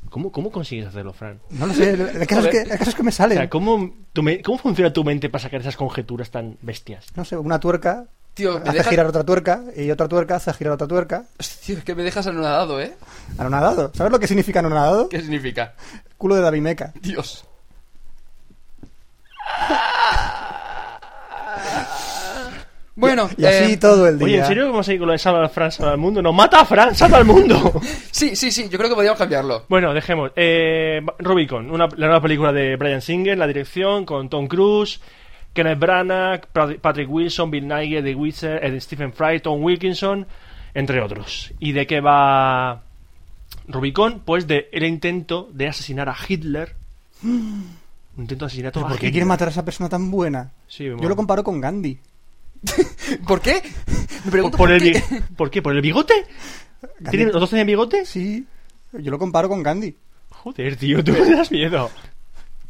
Speaker 2: ¿Cómo, cómo consigues hacerlo, Fran?
Speaker 1: No lo
Speaker 2: *laughs*
Speaker 1: sé, el- el caso es que- el caso es que me salen.
Speaker 2: O sea, ¿cómo, tu me- ¿cómo funciona tu mente para sacar esas conjeturas tan bestias?
Speaker 1: No sé, una tuerca
Speaker 10: Tío, me
Speaker 1: hace
Speaker 10: deja-
Speaker 1: girar otra tuerca y otra tuerca hace girar otra tuerca.
Speaker 10: Tío, es que me dejas anonadado, ¿eh?
Speaker 1: Anonadado. ¿Sabes lo que significa anonadado?
Speaker 10: ¿Qué significa?
Speaker 1: Culo de David Meca.
Speaker 10: Dios. Bueno,
Speaker 1: Y- y así
Speaker 10: eh,
Speaker 1: todo el día.
Speaker 2: Oye, ¿en serio cómo se dice lo de salva a Fran, salva al mundo? ¡No, mata a Fran, salva
Speaker 1: *laughs*
Speaker 2: al mundo!
Speaker 10: Sí, sí, sí, yo creo que podríamos cambiarlo.
Speaker 2: Bueno, dejemos. Eh, Rubicon, una, la nueva película de Brian Singer, la dirección con Tom Cruise, Kenneth Branagh, Pat- Patrick Wilson, Bill Nighy, The Witcher, Ed- Stephen Fry, Tom Wilkinson, entre otros. ¿Y de qué va Rubicon? Pues de el intento de asesinar a Hitler. Un intento de asesinato
Speaker 1: ¿Pero
Speaker 2: a
Speaker 1: por qué
Speaker 2: Hitler.
Speaker 1: quiere matar a esa persona tan buena?
Speaker 2: Sí,
Speaker 1: Yo
Speaker 2: bueno.
Speaker 1: lo comparo con Gandhi. *laughs*
Speaker 10: ¿Por qué?
Speaker 2: ¿Por, por el, bi- ¿Por qué? ¿Por el bigote? ¿Tiene- ¿Los dos tenían bigote?
Speaker 1: Sí. Yo lo comparo con Gandhi.
Speaker 2: Joder, tío, tú me das miedo.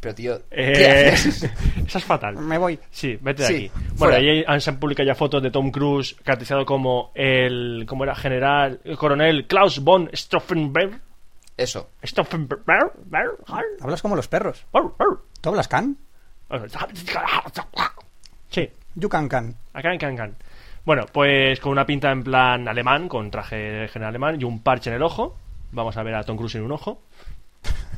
Speaker 10: Pero, tío, ¿qué
Speaker 2: Eh,
Speaker 10: haces?
Speaker 2: *laughs* esa es fatal.
Speaker 1: Me voy.
Speaker 2: Sí, vete de
Speaker 10: Sí,
Speaker 2: aquí. Bueno,
Speaker 10: fuera.
Speaker 2: ahí han, se han publicado ya fotos de Tom Cruise caracterizado como el. ¿Cómo era? General. el coronel Klaus von Stauffenberg.
Speaker 10: Eso.
Speaker 2: Stauffenberg. Berg,
Speaker 1: Hablas como los perros.
Speaker 2: Berg, berg.
Speaker 1: ¿Tú hablas can?
Speaker 2: Sí,
Speaker 1: You can can.
Speaker 2: acá en Cancan. Bueno, pues con una pinta en plan alemán, con traje de general alemán y un parche en el ojo. Vamos a ver a Tom Cruise sin un ojo.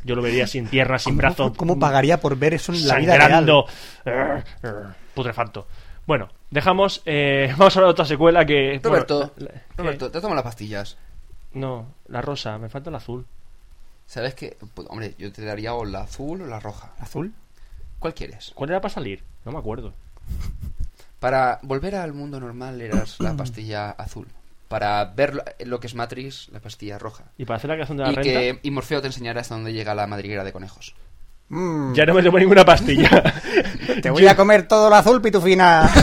Speaker 2: Yo lo vería sin piernas, sin brazos.
Speaker 1: ¿Cómo pagaría por ver eso en la vida real?
Speaker 2: sangrando. Arr, arr, Putrefacto. Bueno, dejamos. eh, *laughs* vamos a hablar de otra secuela que. bueno,
Speaker 10: Roberto,
Speaker 2: la- la-
Speaker 10: Roberto, te tomo las pastillas.
Speaker 2: no, la rosa, me falta el azul.
Speaker 10: ¿Sabes qué? Pues, hombre, yo te daría o la azul o la roja.
Speaker 1: ¿Azul?
Speaker 10: ¿Cuál quieres?
Speaker 2: ¿Cuál era para salir? No me acuerdo.
Speaker 10: Para volver al mundo normal eras
Speaker 2: *clears throat*
Speaker 10: la pastilla azul. Para ver lo- eh, lo que es Matrix, la pastilla roja.
Speaker 2: ¿Y para hacer la creación de la
Speaker 10: y
Speaker 2: renta?
Speaker 10: que Eh, y Morfeo te enseñara hasta dónde llega la madriguera de conejos.
Speaker 1: Mm.
Speaker 2: Ya no me tomo ninguna pastilla.
Speaker 10: *laughs*
Speaker 1: Te voy a comer todo lo azul, pitufina. *laughs*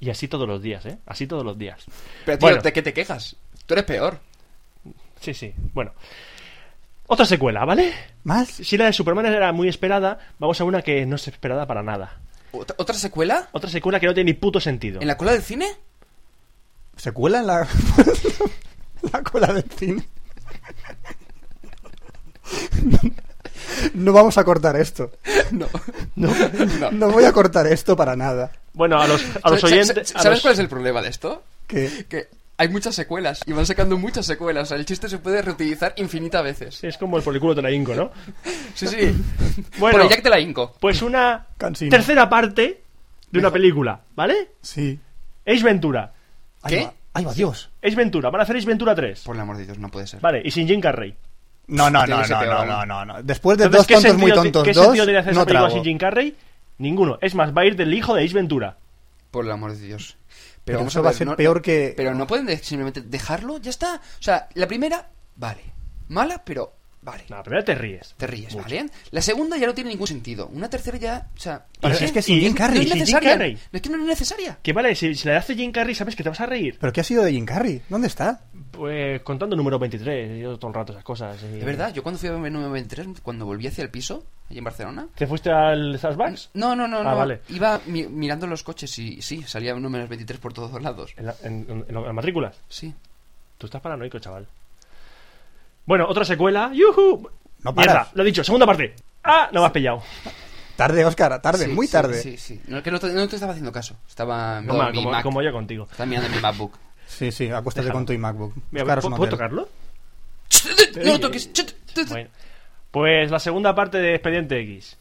Speaker 2: Y así todos los días, ¿eh? Así todos los días.
Speaker 10: Pero, tío,
Speaker 2: Bueno.
Speaker 10: ¿de qué te quejas? Tú eres peor.
Speaker 2: Sí, sí. Bueno. Otra secuela, ¿vale?
Speaker 1: ¿Más?
Speaker 2: Si la de Superman era muy esperada, vamos a una que no es esperada para nada.
Speaker 10: ¿Otra, otra secuela?
Speaker 2: Otra secuela que no tiene ni puto sentido.
Speaker 10: ¿En la cola del cine?
Speaker 1: ¿Se cuela en la, *laughs* la cola del cine? No vamos a cortar esto.
Speaker 10: *laughs* No.
Speaker 2: *laughs* No.
Speaker 1: No voy a cortar esto para nada.
Speaker 2: Bueno, a los, a los
Speaker 10: Sa- sa-
Speaker 2: oyentes...
Speaker 10: sa-
Speaker 2: a
Speaker 10: ¿Sabes
Speaker 2: los-
Speaker 10: cuál es el problema de esto?
Speaker 1: ¿Qué?
Speaker 10: Que hay muchas secuelas y van sacando muchas secuelas. O sea, el chiste se puede reutilizar infinita veces.
Speaker 2: Sí, es como el por el culo de la Inco, ¿no?
Speaker 10: Sí, sí.
Speaker 2: *laughs*
Speaker 10: *laughs*
Speaker 2: Bueno.
Speaker 10: Por el Jack de la Inco.
Speaker 2: Pues una
Speaker 1: Cansino.
Speaker 2: tercera parte de una película, ¿vale?
Speaker 1: Sí.
Speaker 2: Ace Ventura.
Speaker 1: Ahí va- Ahí va, Dios.
Speaker 2: Ace Ventura. Van a hacer Ace Ventura 3.
Speaker 10: Por el amor de Dios, no puede ser.
Speaker 2: Vale, y sin Jim Carrey.
Speaker 1: No, no,
Speaker 10: Tiene
Speaker 1: no,
Speaker 10: que ser
Speaker 1: no, no,
Speaker 10: peor.
Speaker 1: no, no, no. Después de dos
Speaker 2: Entonces, ¿qué
Speaker 1: tontos
Speaker 2: sentido
Speaker 1: muy
Speaker 2: ti-
Speaker 1: tontos,
Speaker 2: ¿Qué
Speaker 1: dos,
Speaker 2: sentido tiene hacer
Speaker 1: no
Speaker 2: esa película
Speaker 1: trago.
Speaker 2: sin Jim Carrey? Ninguno. Es más, va a ir del hijo de Ace Ventura.
Speaker 10: Por el amor de Dios.
Speaker 1: Pero
Speaker 10: vamos
Speaker 1: eso va a
Speaker 10: ver,
Speaker 1: ser
Speaker 10: no-
Speaker 1: peor que-
Speaker 10: Pero no pueden de- simplemente dejarlo, ya está. O sea, la primera, vale. Mala, pero vale.
Speaker 2: No, la primera te ríes.
Speaker 10: Te ríes,
Speaker 2: Mucho.
Speaker 10: ¿vale? La segunda ya no tiene ningún sentido. Una tercera ya, o sea...
Speaker 1: Pero
Speaker 10: sí,
Speaker 1: es que sin
Speaker 10: y
Speaker 1: Jim Carrey,
Speaker 10: No es
Speaker 1: sin Jim
Speaker 10: necesaria.
Speaker 2: Carrey.
Speaker 10: No, es que no es necesaria.
Speaker 2: Que vale, si, si la hace Jim Carrey, sabes que te vas a reír.
Speaker 1: ¿Pero qué ha sido de Jim Carrey? ¿Dónde está?
Speaker 2: Pues contando número 23, yo todo el rato esas cosas. y-
Speaker 10: De verdad, yo cuando fui a ver 923, cuando volví hacia el piso, allí en Barcelona...
Speaker 2: ¿Te fuiste al Starbucks?
Speaker 10: No, no, no,
Speaker 2: Ah,
Speaker 10: no.
Speaker 2: vale.
Speaker 10: Iba mi- mirando los coches y sí, salía números 23 por todos lados.
Speaker 2: ¿En, la- en- en- en las matrículas?
Speaker 10: Sí.
Speaker 2: Tú estás paranoico, chaval. Bueno, otra secuela. ¡Yuhu!
Speaker 1: No paras.
Speaker 2: Mierda, lo he dicho, segunda parte. ¡Ah! No me has pillado.
Speaker 1: Tarde, Oscar, tarde,
Speaker 10: Sí,
Speaker 1: muy
Speaker 10: sí,
Speaker 1: tarde.
Speaker 10: Sí, sí. No, que no te, no te estaba haciendo caso. Estaba
Speaker 2: No,
Speaker 10: mirando
Speaker 2: ma,
Speaker 10: mi
Speaker 2: como,
Speaker 10: Mac.
Speaker 2: como yo contigo.
Speaker 10: Estaba mirando mi MacBook.
Speaker 1: Sí, sí, acuéstate
Speaker 2: Déjalo.
Speaker 1: con tu iMacBook.
Speaker 2: Mira,
Speaker 1: Buscaros
Speaker 2: ¿pu-
Speaker 1: un
Speaker 2: ¿Puedo
Speaker 1: hotel.
Speaker 2: tocarlo?
Speaker 10: No toques. chut, chut.
Speaker 2: Bueno. Pues la segunda parte de Expediente X.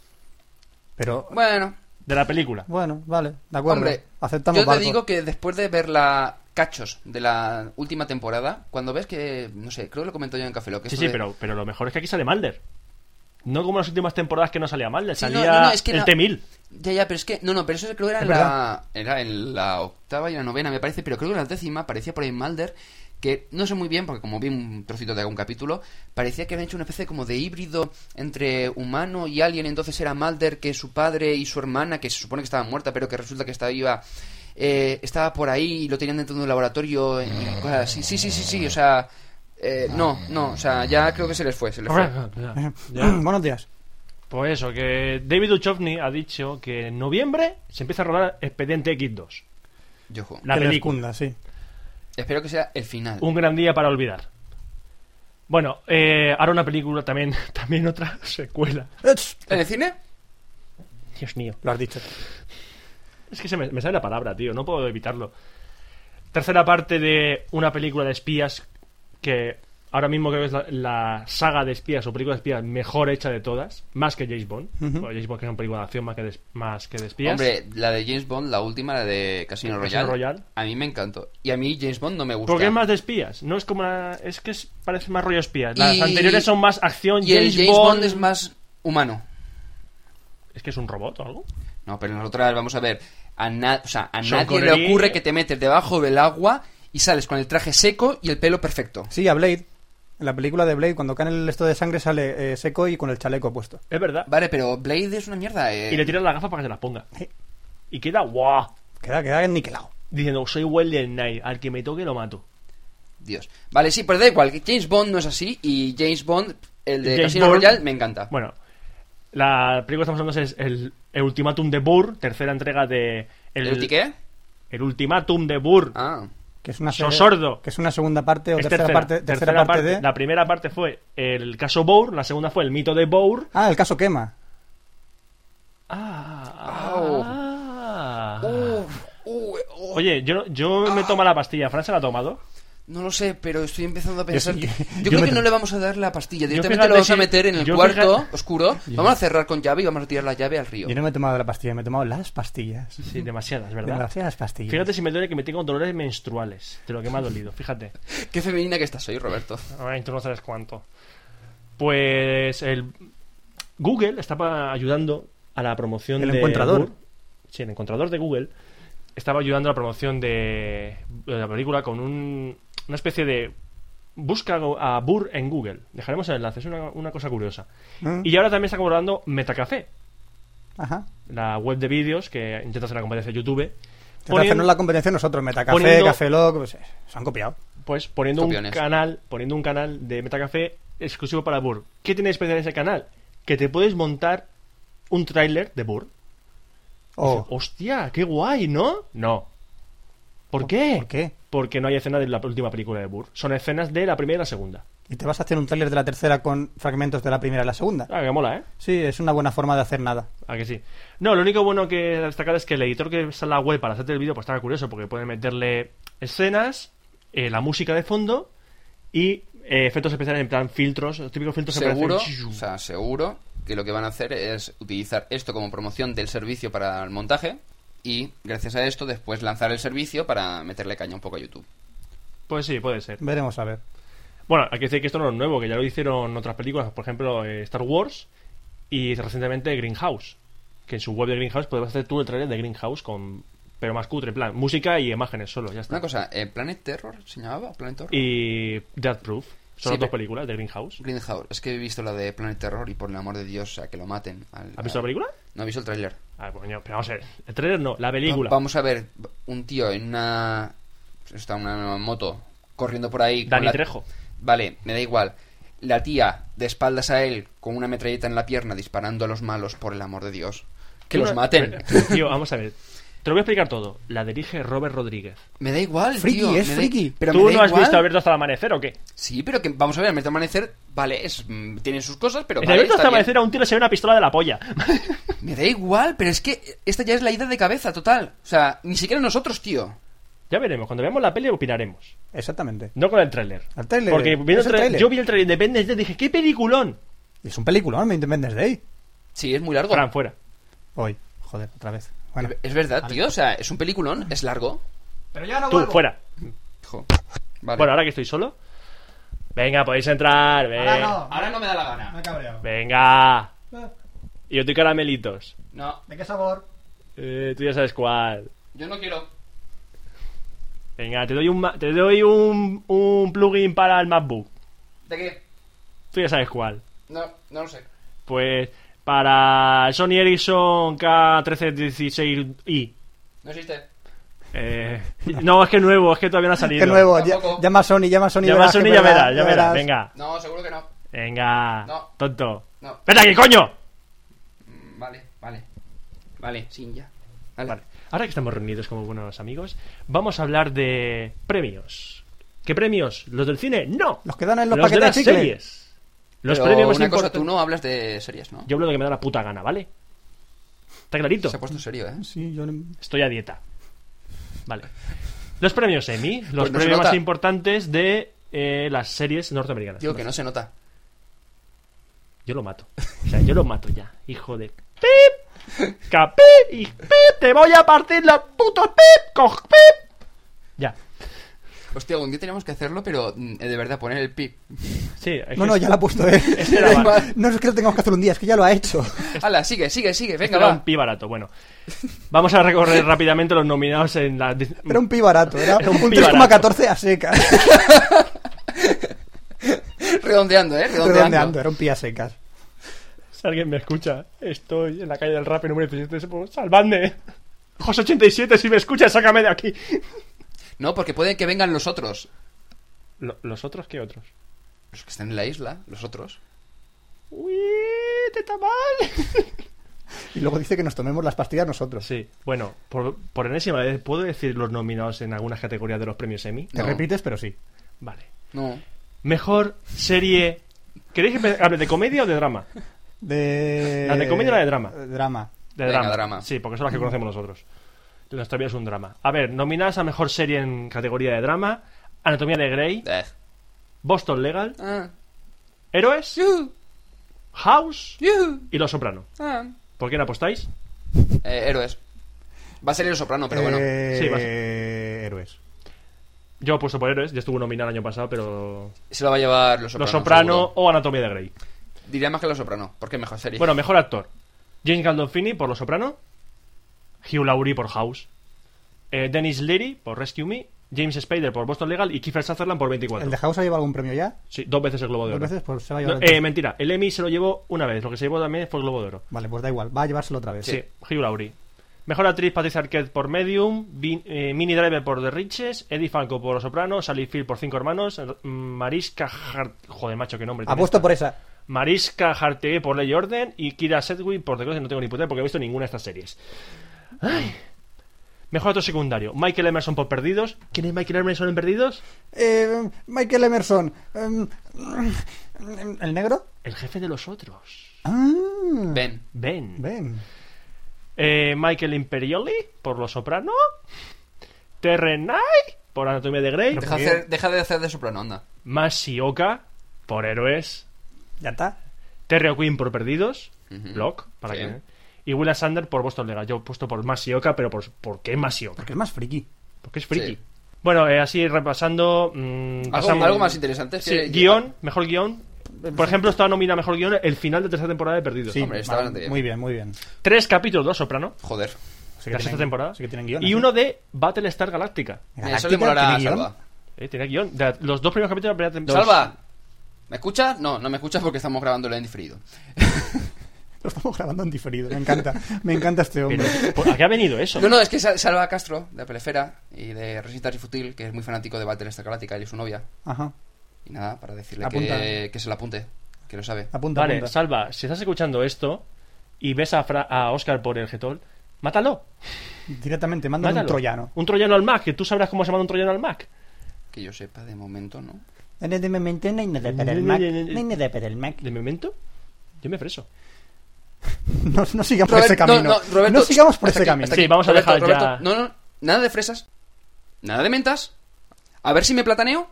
Speaker 1: Pero,
Speaker 10: Bueno,
Speaker 2: De la película.
Speaker 1: bueno, vale, de acuerdo.
Speaker 10: hombre.
Speaker 1: Aceptamos
Speaker 10: yo
Speaker 1: *laughs*
Speaker 10: te
Speaker 1: barco.
Speaker 10: digo que después de ver la cachos de la última temporada, cuando ves que, Eh, no sé, creo que lo comentó yo en Café Lock,
Speaker 2: Sí,
Speaker 10: esto
Speaker 2: sí,
Speaker 10: de-
Speaker 2: pero, pero lo mejor es que aquí sale Malder. No como en las últimas temporadas que no salía Malder,
Speaker 10: Sí, no,
Speaker 2: salía
Speaker 10: no, no, es que
Speaker 2: el
Speaker 10: no.
Speaker 2: T-1000.
Speaker 10: Ya, ya, pero es que. No, no, pero eso creo que era,
Speaker 2: Es
Speaker 10: en
Speaker 2: verdad.
Speaker 10: la, era en la octava y la novena, me parece, pero creo que en la décima aparecía por ahí Mulder, que no sé muy bien, porque como vi un trocito de algún capítulo, parecía que habían hecho una especie como de híbrido entre humano y alien. Entonces era Mulder que su padre y su hermana, que se supone que estaba muerta, pero que resulta que estaba viva. eh, estaba por ahí y lo tenían dentro de un laboratorio y cosas así. Sí, sí, sí, sí, o sea. eh, no, no, o sea, ya creo que se les fue, se les fue.
Speaker 1: Buenos días.
Speaker 2: Pues eso, que David Duchovny ha dicho que en noviembre se empieza a rodar Expediente X2.
Speaker 10: Yo juego.
Speaker 2: La
Speaker 1: Que les
Speaker 2: película.
Speaker 1: cunda, sí.
Speaker 10: Espero que sea el final.
Speaker 2: Un gran día para olvidar. Bueno, eh, ahora una película también, *laughs* también otra secuela.
Speaker 10: ¿En el cine?
Speaker 2: Dios mío.
Speaker 1: Lo has dicho.
Speaker 2: Es que se me, me sale la palabra, tío, no puedo evitarlo. Tercera parte de una película de espías que ahora mismo creo que es la, la saga de espías o película de espías mejor hecha de todas, más que James Bond.
Speaker 10: Ujú.
Speaker 2: Porque James Bond que es una película de acción más que de, más que de espías.
Speaker 10: Hombre, la de James Bond, la última, la de Casino
Speaker 2: Casino
Speaker 10: Royale, a mí me encantó. Y a mí James Bond no me gusta.
Speaker 2: Porque es más de espías, no es como la- es que es- parece más rollo espías. Las
Speaker 10: Y-
Speaker 2: anteriores son más acción
Speaker 10: y el
Speaker 2: James,
Speaker 10: James Bond es más humano.
Speaker 2: Es que es un robot o algo.
Speaker 10: No, pero nosotras, vamos a ver, a, na- o sea, a
Speaker 2: Sean
Speaker 10: nadie
Speaker 2: Connery-
Speaker 10: le ocurre que te metes debajo del agua y sales con el traje seco y el pelo perfecto.
Speaker 1: Sí, a Blade. En la película de Blade, cuando cae en el esto de sangre, sale eh, seco y con el chaleco puesto.
Speaker 2: Es verdad.
Speaker 10: Vale, pero Blade es una mierda. eh.
Speaker 2: Y le tiran las gafas para que se las ponga. Y queda guau.
Speaker 1: Queda, queda aniquilado.
Speaker 2: Diciendo, soy Weldon Knight, al que me toque lo mato.
Speaker 10: Dios. Vale, sí, pero da igual, que James Bond no es así y James Bond, el de
Speaker 2: James
Speaker 10: Casino
Speaker 2: Bond-
Speaker 10: Royale, me encanta.
Speaker 2: Bueno, la película que estamos hablando es el, el Ultimátum de Burr, tercera entrega de.
Speaker 10: ¿El ulti qué?
Speaker 2: El Ultimátum de Burr.
Speaker 10: Ah.
Speaker 1: Que es una
Speaker 2: Sos
Speaker 1: serie-
Speaker 2: sordo.
Speaker 1: Que es una segunda parte o
Speaker 2: Es
Speaker 1: tercera, parte, tercera, parte, de.
Speaker 2: La primera parte fue el caso Bourne, la segunda fue el mito de Bourne.
Speaker 1: Ah, el caso quema.
Speaker 2: Ah.
Speaker 10: Oh.
Speaker 2: Oye, yo, yo me tomo la pastilla. ¿Fran se la ha tomado?
Speaker 10: No lo sé, pero estoy empezando a
Speaker 2: Yo
Speaker 10: pensar
Speaker 2: sí-
Speaker 10: que... Yo,
Speaker 2: yo
Speaker 10: creo
Speaker 2: me-
Speaker 10: que no le vamos a dar la pastilla,
Speaker 2: Yo
Speaker 10: directamente
Speaker 2: fíjate
Speaker 10: lo vamos a
Speaker 2: si-
Speaker 10: meter en el
Speaker 2: yo
Speaker 10: cuarto
Speaker 2: fíjate-
Speaker 10: oscuro,
Speaker 2: Yo-
Speaker 10: vamos a cerrar con llave y vamos a tirar la llave al río.
Speaker 1: Yo no me he tomado la pastilla, me he tomado las pastillas.
Speaker 2: Sí, demasiadas, ¿verdad?
Speaker 1: Demasiadas pastillas.
Speaker 2: Fíjate si me duele que me tengo dolores menstruales. De lo que me ha dolido, fíjate.
Speaker 10: Qué femenina que estás hoy, Roberto.
Speaker 2: Ahora tú no sabes cuánto. Pues el Google está pa- ayudando a la promoción
Speaker 1: El
Speaker 2: de
Speaker 1: encontrador.
Speaker 2: Bur- Sí, el encontrador de Google estaba ayudando a la promoción de, de la película con un- una especie de busca a Burr en Google. Dejaremos el enlace, es una, una cosa curiosa.
Speaker 1: Mm.
Speaker 2: Y ahora también está colaborando Metacafé,
Speaker 1: Ajá.
Speaker 2: la web de vídeos que intenta hacer la competencia de YouTube.
Speaker 1: Poniendo...
Speaker 2: Poniendo-
Speaker 1: hacernos la competencia nosotros, Metacafé,
Speaker 2: poniendo-
Speaker 1: Café Lock, pues, eh, se han copiado.
Speaker 2: pues poniendo un
Speaker 1: Copiones.
Speaker 2: canal poniendo un canal de Metacafé exclusivo para Burr ¿qué tiene de especial ese canal? que te puedes montar un tráiler de Burr
Speaker 1: Oh.
Speaker 2: Dices, hostia qué guay ¿no? no ¿por qué? ¿por
Speaker 1: qué?
Speaker 2: porque no hay escenas de la última película de Burr son escenas de la primera y la segunda
Speaker 1: Y te vas a hacer un tráiler de la tercera con fragmentos de la primera y la segunda.
Speaker 2: ah que mola ¿eh?
Speaker 1: Sí, es una buena forma de hacer nada.
Speaker 2: ¿A que sí? No, lo único bueno que destacar es que el editor que está en la web para hacerte el vídeo, pues está curioso, porque puede meterle escenas, eh, la música de fondo y eh, efectos especiales en plan filtros, los típicos filtros que
Speaker 10: seguro,
Speaker 2: aparecen.
Speaker 10: o sea, seguro que lo que van a hacer es utilizar esto como promoción del servicio para el montaje y gracias a esto después lanzar el servicio para meterle caña un poco a YouTube.
Speaker 2: Pues sí, puede ser.
Speaker 1: Veremos a ver.
Speaker 2: Bueno, hay que decir que esto no es nuevo, que ya lo hicieron otras películas, por ejemplo eh, Star Wars y recientemente Greenhouse, que en su web de Greenhouse puedes hacer tú el trailer de Greenhouse con pero más cutre, en plan música y imágenes solo, ya está.
Speaker 10: Una cosa, eh, Planet Terror se llamaba Planet Terror.
Speaker 2: Y Death Proof, son
Speaker 10: Sí,
Speaker 2: las dos
Speaker 10: pero-
Speaker 2: películas de Greenhouse.
Speaker 10: Greenhouse, es que he visto la de Planet Terror y por el amor de Dios, o sea, que lo maten. al-
Speaker 2: ¿Has visto
Speaker 10: al-
Speaker 2: la película?
Speaker 10: No he visto el tráiler.
Speaker 2: Ah, coño, pero vamos a ver, el trailer no, la película.
Speaker 10: Va- Vamos a ver un tío en una pues está en una moto corriendo por ahí. con
Speaker 2: Dani Trejo.
Speaker 10: Vale, me da igual. La tía de espaldas a él con una metralleta en la pierna disparando a los malos por el amor de Dios. Que
Speaker 2: Tío,
Speaker 10: los
Speaker 2: no-
Speaker 10: maten.
Speaker 2: pero, *laughs* Tío, vamos a ver. Te lo voy a explicar todo. La dirige Robert Rodríguez.
Speaker 10: *laughs* Me da igual,
Speaker 2: Friki,
Speaker 10: tío,
Speaker 2: es
Speaker 10: me da-
Speaker 2: friki.
Speaker 10: pero
Speaker 2: ¿Tú
Speaker 10: me da
Speaker 2: no has
Speaker 10: igual.
Speaker 2: visto Abierto hasta el amanecer o qué?
Speaker 10: Sí, pero que vamos a ver, Abierto hasta el amanecer, vale, es mm, tiene sus cosas, pero
Speaker 2: En
Speaker 10: vale,
Speaker 2: Abierto hasta
Speaker 10: está
Speaker 2: el
Speaker 10: bien.
Speaker 2: amanecer a un tío le sale una pistola de la polla.
Speaker 10: Me da igual, pero es que esta ya es la idea de cabeza total. O sea, ni siquiera nosotros, tío.
Speaker 2: Ya veremos, cuando veamos la peli opinaremos.
Speaker 1: Exactamente.
Speaker 2: No con el tráiler.
Speaker 1: El tráiler,
Speaker 2: Porque
Speaker 1: es
Speaker 2: viendo
Speaker 1: el
Speaker 2: el tra-
Speaker 1: tráiler.
Speaker 2: yo vi el tráiler de Independence Day y dije, ¡qué peliculón!
Speaker 1: Es un peliculón, me Independence Day.
Speaker 10: Sí, es muy largo.
Speaker 2: Fran, fuera.
Speaker 1: Hoy. Joder, otra vez. Bueno,
Speaker 10: Eh, Es verdad, tío, o sea, es un peliculón, es largo.
Speaker 1: Pero ya no
Speaker 2: Tú,
Speaker 1: vuelvo.
Speaker 2: fuera.
Speaker 10: vale.
Speaker 2: Bueno, ahora que estoy solo. Venga, podéis entrar. ven.
Speaker 1: Ahora no.
Speaker 10: Ahora no me da la gana.
Speaker 1: Me he cabreado.
Speaker 2: Venga.
Speaker 1: Eh.
Speaker 2: Y yo doy caramelitos.
Speaker 10: No.
Speaker 1: ¿De qué sabor?
Speaker 2: Eh, tú ya sabes cuál.
Speaker 10: Yo no quiero.
Speaker 2: Venga, te doy un, ma- te doy un, un plugin para el MacBook.
Speaker 10: ¿De qué?
Speaker 2: Tú ya sabes cuál.
Speaker 10: No, no lo sé.
Speaker 2: Pues para el Sony Ericsson K1316i.
Speaker 10: No existe.
Speaker 2: Eh, no, es que es nuevo, es que todavía no ha salido.
Speaker 1: Qué nuevo. ll- Llama a Sony, llama a Sony.
Speaker 2: Llama a
Speaker 1: verás
Speaker 2: Sony
Speaker 1: que
Speaker 2: y ya verás, ya verás. Venga.
Speaker 10: No, seguro que no.
Speaker 2: Venga.
Speaker 10: No.
Speaker 2: Tonto.
Speaker 10: No.
Speaker 2: ¡Vete aquí, coño!
Speaker 10: Vale, vale. Vale, sin ya.
Speaker 2: Vale. Ahora que estamos reunidos como buenos amigos, vamos a hablar de premios. ¿Qué premios? ¿Los del cine? No.
Speaker 1: Los que dan en los
Speaker 2: de
Speaker 1: paquetes
Speaker 2: las
Speaker 1: de chicle.
Speaker 2: series. Los
Speaker 10: Pero
Speaker 2: premios más
Speaker 10: una cosa,
Speaker 2: importantes-
Speaker 10: tú no hablas de series, ¿no?
Speaker 2: Yo hablo de lo que me da la puta gana, ¿vale? ¿Está clarito?
Speaker 10: Se ha puesto serio, ¿eh?
Speaker 1: Sí, yo no-
Speaker 2: Estoy a dieta. Vale. Los premios Emmy, los
Speaker 10: Pues no se
Speaker 2: premios más
Speaker 10: nota.
Speaker 2: importantes de eh, las series norteamericanas.
Speaker 10: Digo que no se nota.
Speaker 2: Yo lo mato. O sea, yo lo mato ya, hijo de... ¡Pip! ¡Capip! ¡Y pip! ¡Te voy a partir los putos pip! ¡Coj pip! Ya.
Speaker 10: Hostia, algún día tenemos que hacerlo, pero mm, de verdad poner el pip.
Speaker 2: Sí, es
Speaker 1: No, no, ya la ha
Speaker 2: *laughs*
Speaker 1: puesto él.
Speaker 2: Este
Speaker 1: *laughs*
Speaker 2: era barato.
Speaker 1: no es que lo tengamos que hacer un día, es que ya lo ha
Speaker 2: *laughs*
Speaker 1: hecho.
Speaker 10: Hala, sigue, sigue, sigue,
Speaker 2: Este
Speaker 10: venga,
Speaker 2: era
Speaker 10: va.
Speaker 2: un pi barato. Bueno, vamos a recorrer rápidamente los nominados en la...
Speaker 1: Era un pi barato, era
Speaker 2: Era
Speaker 1: un
Speaker 2: un pi
Speaker 1: 3,14 a secas.
Speaker 10: Redondeando, ¿eh?
Speaker 1: *laughs*
Speaker 10: Redondeando.
Speaker 1: Redondeando, era un pi a secas.
Speaker 2: Si alguien me escucha, estoy en la calle del rap número 17. ¡Salvadme! José 87, si me escuchas, sácame de aquí.
Speaker 10: No, porque pueden que vengan los otros.
Speaker 2: ¿Los otros qué otros?
Speaker 10: Los que están en la isla, los otros.
Speaker 2: ¡Uy! ¡Te está mal!
Speaker 1: Y luego dice que nos tomemos las pastillas nosotros.
Speaker 2: Sí, bueno, por, por enésima vez, ¿puedo decir los nominados en algunas categorías de los premios Emmy?
Speaker 1: Te
Speaker 10: No.
Speaker 1: repites, pero sí.
Speaker 2: Vale.
Speaker 10: No.
Speaker 2: Mejor serie. ¿Queréis que me hable de comedia o de drama?
Speaker 1: De...
Speaker 2: ¿La de comedia o la de drama?
Speaker 1: Drama.
Speaker 2: De
Speaker 10: Venga,
Speaker 2: drama.
Speaker 10: drama.
Speaker 2: Sí, porque son las que conocemos nosotros. Nuestra vida es un drama. A ver, nominadas a mejor serie en categoría de drama: Anatomía de Grey,
Speaker 10: Eh.
Speaker 2: Boston Legal,
Speaker 10: Ah.
Speaker 2: Héroes,
Speaker 10: Yuhu,
Speaker 2: House
Speaker 10: yuhu,
Speaker 2: y Los Soprano.
Speaker 10: ah.
Speaker 2: ¿Por quién apostáis?
Speaker 10: Eh, héroes. Va a ser el soprano, pero bueno.
Speaker 1: Eh,
Speaker 2: Sí, va a
Speaker 1: héroes.
Speaker 2: Yo apuesto por Héroes, ya estuvo nominado el año pasado, pero.
Speaker 10: Se lo va a llevar los soprano.
Speaker 2: Los Soprano
Speaker 10: seguro.
Speaker 2: o Anatomía de Grey.
Speaker 10: Diría más que los soprano, porque es mejor serie.
Speaker 2: Bueno, mejor actor: James Gandolfini por Los Soprano, Hugh Laurie por House, eh, Dennis Leary por Rescue Me, James Spader por Boston Legal y Kiefer Sutherland por 24.
Speaker 1: ¿El de House ha llevado algún premio ya?
Speaker 2: Sí, dos veces el Globo de
Speaker 1: Dos
Speaker 2: Oro.
Speaker 1: veces, pues se va a
Speaker 2: No,
Speaker 1: llevar.
Speaker 2: eh, mentira, el Emmy se lo llevó una vez, lo que se llevó también fue el Globo de Oro.
Speaker 1: Vale, pues da igual, va a llevárselo otra vez.
Speaker 2: Sí, Hugh Laurie. Mejor actriz Patricia Arquette por Medium, Vin- eh, Minnie Driver por The Riches, Eddie Falco por Los Soprano, Sally Field por Cinco Hermanos, R- Mariska Hart... Joder, macho, qué nombre. tiene
Speaker 1: Apuesto
Speaker 2: esta.
Speaker 1: por esa.
Speaker 2: Mariska Hargitay por Ley y Orden y Kira Sedgwick por The Crown, que no tengo ni puta idea porque he visto ninguna de estas series. Ay. Mejor actor secundario, Michael Emerson por Perdidos. ¿Quién es Michael Emerson en Perdidos?
Speaker 1: Eh, Michael Emerson. eh, ¿El negro?
Speaker 2: El jefe de los otros.
Speaker 1: Ah,
Speaker 10: Ben.
Speaker 2: Ben.
Speaker 1: ven.
Speaker 2: Eh, Michael Imperioli por Los Soprano. Terry por Anatomía de Grey.
Speaker 10: Deja, de hacer- deja de hacer de soprano, anda.
Speaker 2: Masioka por Héroes.
Speaker 1: Ya está.
Speaker 2: Terry O'Quinn por Perdidos.
Speaker 10: Ujú.
Speaker 2: Block, para
Speaker 10: Sí.
Speaker 2: que. Y Willa Sander por Boston Legal. Yo he puesto por Masioka, pero por, ¿por qué Masioka?
Speaker 1: Porque es más friki.
Speaker 2: Porque es friki.
Speaker 10: Sí.
Speaker 2: Bueno, eh, así repasando. mm, pasamos-
Speaker 10: algo más interesante, es
Speaker 2: Sí,
Speaker 10: que-
Speaker 2: guión, mejor guión. Por ejemplo, estaba nominada mejor guión el final de tercera temporada de Perdidos.
Speaker 1: Sí,
Speaker 10: Hombre, está
Speaker 1: vale,
Speaker 10: bastante bien.
Speaker 1: Muy bien, muy bien.
Speaker 2: Tres capítulos de Los Soprano.
Speaker 10: Joder.
Speaker 1: Sí que
Speaker 2: la
Speaker 1: tienen-
Speaker 2: sexta temporada.
Speaker 1: sí que tienen guiones,
Speaker 2: y
Speaker 1: ¿eh?
Speaker 2: uno de Battlestar Galactica.
Speaker 1: Galáctica,
Speaker 10: Eso le molará a
Speaker 1: ¿tiene guión?
Speaker 10: Salva.
Speaker 2: Eh, tiene guión. De los dos primeros capítulos de la primera temporada.
Speaker 10: Salva. ¿Me escuchas? No, no me escuchas porque estamos grabándolo en diferido.
Speaker 1: Lo estamos grabando en diferido. Me encanta. Me encanta este hombre.
Speaker 2: Pero, ¿por- ¿A qué ha venido eso?
Speaker 10: No, no, es que Sal- Salva Castro, de Pelefera y de Resistar y Futil, que es muy fanático de Battlestar Galactica, él y su novia.
Speaker 1: Ajá.
Speaker 10: Y nada, para decirle
Speaker 1: Apunta.
Speaker 10: que, que se lo apunte, que lo sabe.
Speaker 1: Apunta,
Speaker 2: Vale,
Speaker 1: apunta.
Speaker 2: Salva, si estás escuchando esto y ves a, Fra- a Oscar por el getol, mátalo.
Speaker 1: Directamente, manda
Speaker 2: mátalo.
Speaker 1: un troyano.
Speaker 2: Un troyano al Mac, que tú sabrás cómo se manda un troyano al Mac.
Speaker 10: Que yo sepa, de momento, ¿no?
Speaker 1: En el de momento no hay nada para el Mac. No hay nada para el Mac.
Speaker 2: De momento, yo me freso.
Speaker 1: No, no sigamos por
Speaker 10: Robert-
Speaker 1: ese camino.
Speaker 10: No, no, Roberto,
Speaker 1: sigamos por
Speaker 10: hasta
Speaker 1: ese
Speaker 10: aquí,
Speaker 1: camino.
Speaker 10: hasta aquí.
Speaker 2: Sí, vamos a
Speaker 10: Roberto,
Speaker 2: dejar ya-
Speaker 10: Roberto, no, no, nada de fresas. Nada de mentas. A ver si me plataneo.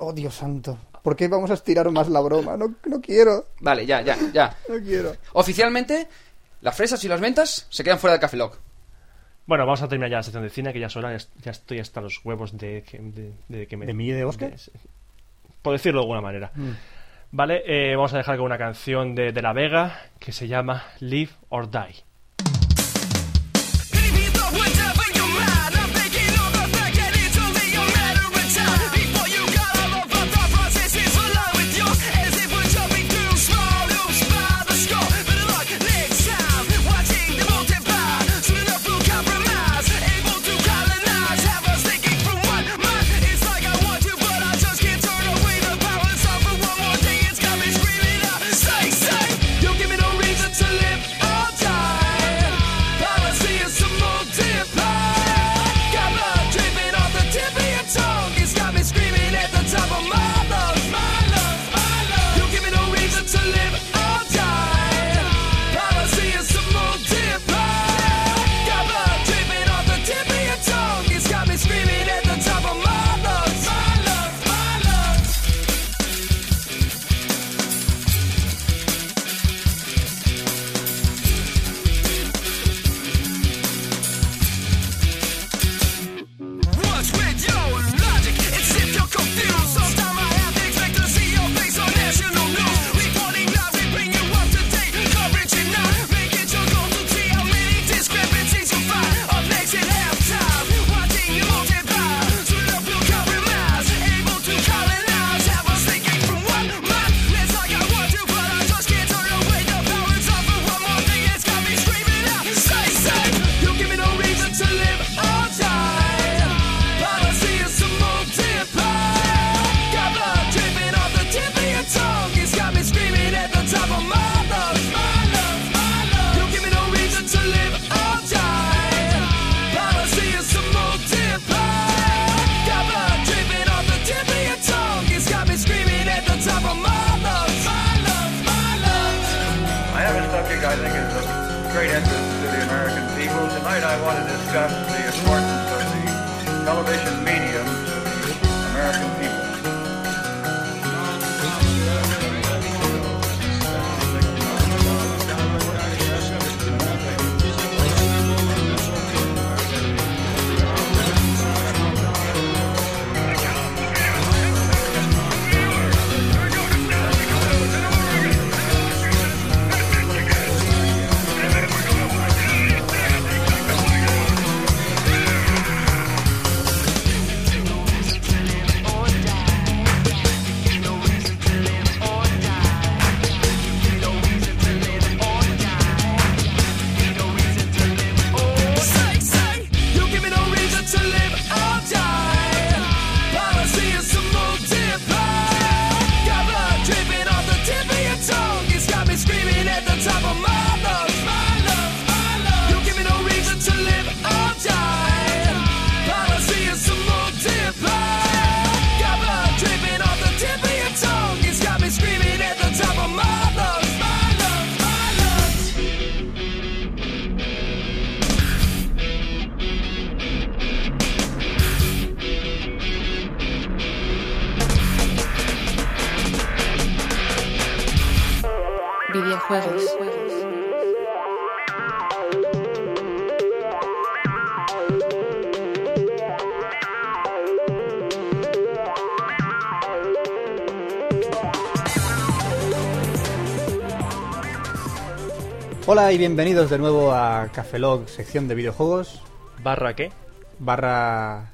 Speaker 1: Oh, Dios santo. ¿Por qué vamos a estirar más la broma? No, no quiero.
Speaker 10: Vale, ya, ya, ya.
Speaker 1: No quiero.
Speaker 10: Oficialmente, las fresas y las mentas se quedan fuera de Café Lock.
Speaker 2: Bueno, vamos a terminar ya la sección de cine, que ya es hora, ya estoy hasta los huevos de, que- de, de que me...
Speaker 1: ¿De mí y de Oscar?
Speaker 2: por decirlo de alguna manera.
Speaker 1: Mm.
Speaker 2: Vale, eh, vamos a dejar con una canción de, de La Vega que se llama Live or Die.
Speaker 7: Screaming at the top of my lungs, my lungs, my lungs. You give me no reason to live or die. Policy is a multiplier. Got blood dripping off the tip of your tongue. It's got me screaming at the top of my lungs, my lungs, my lungs. What's with your logic? It's if you're confused. Sometimes I have to expect to see your face on national news. Reporting live, we bring you up to date. Coverage and not making your goal to see how many discrepancies you find. Up next at halftime, watching you multiply. Soon enough, we'll compromise. Able to colonize, have us thinking from one mind. It's like I want to, but I just can't turn away the power of the one more thing that's got me screaming out. Say, say, you give me no reason to live or die. Policy is to multiply. Got blood dripping off the tip of your tongue. It's got me screaming at the top of my lungs. My lungs, my lungs. You give me no reason to live or die. Policy is to multiply. Got blood dripping off the tip of your tongue. It's got me screaming at the top of my lungs. My lungs, my lungs.
Speaker 4: I have a subject I think is of great interest to the American people. Tonight I want to discuss the importance of the television medium to the American people.
Speaker 7: Say, say, you give me no reason to live or die. Policy is to multiply. Got blood dripping off the tip of your tongue. It's got me screaming at the top of my lungs. My lungs, my lungs. You give me no reason to live or die. Policy is to multiply. Got blood dripping off the tip of your tongue. It's got me screaming at the top of my lungs. My lungs, my lungs.
Speaker 6: videojuegos,
Speaker 1: Hola y bienvenidos de nuevo a Cafelog, sección de videojuegos.
Speaker 2: ¿Barra qué?
Speaker 1: Barra.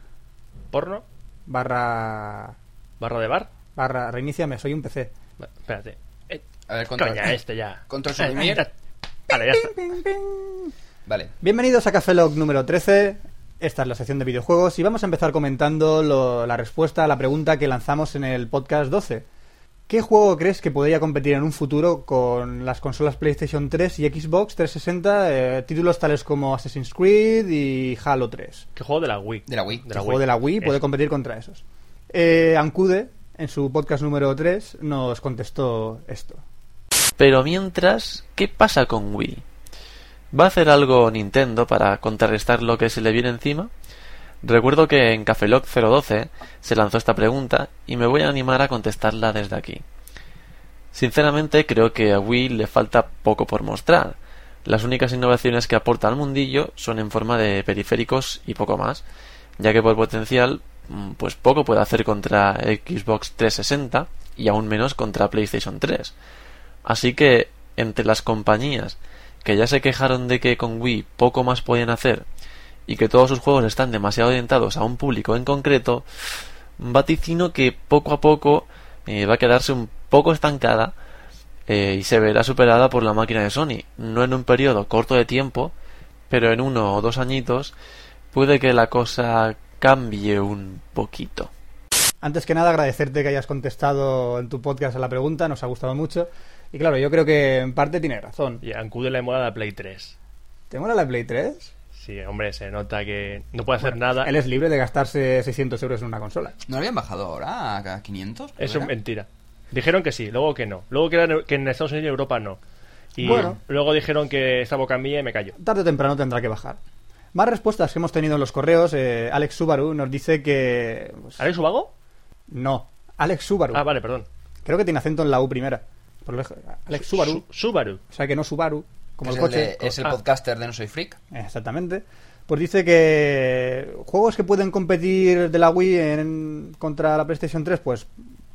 Speaker 2: ¿Porno?
Speaker 1: Barra.
Speaker 2: ¿Barra de bar?
Speaker 1: Barra. Reiníciame, soy un PC.
Speaker 2: Espérate. Eh,
Speaker 10: A ver, control.
Speaker 2: coña, este
Speaker 1: *laughs*
Speaker 2: *laughs* ya.
Speaker 10: Control
Speaker 2: Eh,
Speaker 10: suprimir.
Speaker 2: eh, Vale, ya está.
Speaker 10: Vale.
Speaker 1: Bienvenidos a Cafelog número 13. Esta es la sección de videojuegos y vamos a empezar comentando lo- la respuesta a la pregunta que lanzamos en el podcast 12. ¿Qué juego crees que podría competir en un futuro con las consolas PlayStation 3 y Xbox 360? eh, títulos tales como Assassin's Creed y Halo 3.
Speaker 2: ¿Qué juego de la Wii?
Speaker 10: De la Wii.
Speaker 1: el juego de la Wii puede
Speaker 2: Eso.
Speaker 1: competir contra esos. Eh, Ancude, en su podcast número 3, nos contestó esto.
Speaker 15: Pero mientras, ¿qué pasa con Wii? ¿Va a hacer algo Nintendo para contrarrestar lo que se le viene encima? Recuerdo que en Cafeloc 012 se lanzó esta pregunta y me voy a animar a contestarla desde aquí. Sinceramente creo que a Wii le falta poco por mostrar, Las únicas innovaciones que aporta al mundillo son en forma de periféricos y poco más, ya que por potencial, mm, pues poco puede hacer contra Xbox 360 y aún menos contra PlayStation 3. Así que, entre las compañías que ya se quejaron de que con Wii poco más podían hacer y que todos sus juegos están demasiado orientados a un público en concreto, vaticino que poco a poco eh, va a quedarse un poco estancada eh, y se verá superada por la máquina de Sony. No en un periodo corto de tiempo, pero en uno o dos añitos puede que la cosa cambie un poquito.
Speaker 1: Antes que nada, agradecerte que hayas contestado en tu podcast a la pregunta, nos ha gustado mucho. Y claro, yo creo que en parte tiene razón.
Speaker 2: Y a Ancude le mola la Play 3.
Speaker 1: ¿Te mola la Play 3?
Speaker 2: Sí, hombre, se nota que no puede hacer Pues nada.
Speaker 1: Él es libre de gastarse 600 euros en una consola.
Speaker 10: ¿No lo habían bajado ahora a 500? creo
Speaker 2: Eso
Speaker 10: que
Speaker 2: es
Speaker 10: era?
Speaker 2: mentira. Dijeron que sí, luego que no. Luego que, era- que en Estados Unidos y Europa no. Y
Speaker 1: Bueno.
Speaker 2: luego dijeron que esta boca mía y me cayó.
Speaker 1: tarde o temprano tendrá que bajar. Más respuestas que hemos tenido en los correos. eh, Alex Subaru nos dice que. pues,
Speaker 2: ¿Alex Subago?
Speaker 1: No, Alex Subaru.
Speaker 2: Ah, vale, perdón.
Speaker 1: Creo que tiene acento en la U primera. Por lejos. Alex Subaru.
Speaker 2: Subaru.
Speaker 1: O sea que no Subaru, como
Speaker 10: Es
Speaker 1: el
Speaker 10: Pues el
Speaker 1: coche.
Speaker 10: de- es el
Speaker 1: Ah.
Speaker 10: podcaster de No Soy Freak.
Speaker 1: Exactamente. Pues dice que juegos que pueden competir de la Wii en- contra la PlayStation 3, pues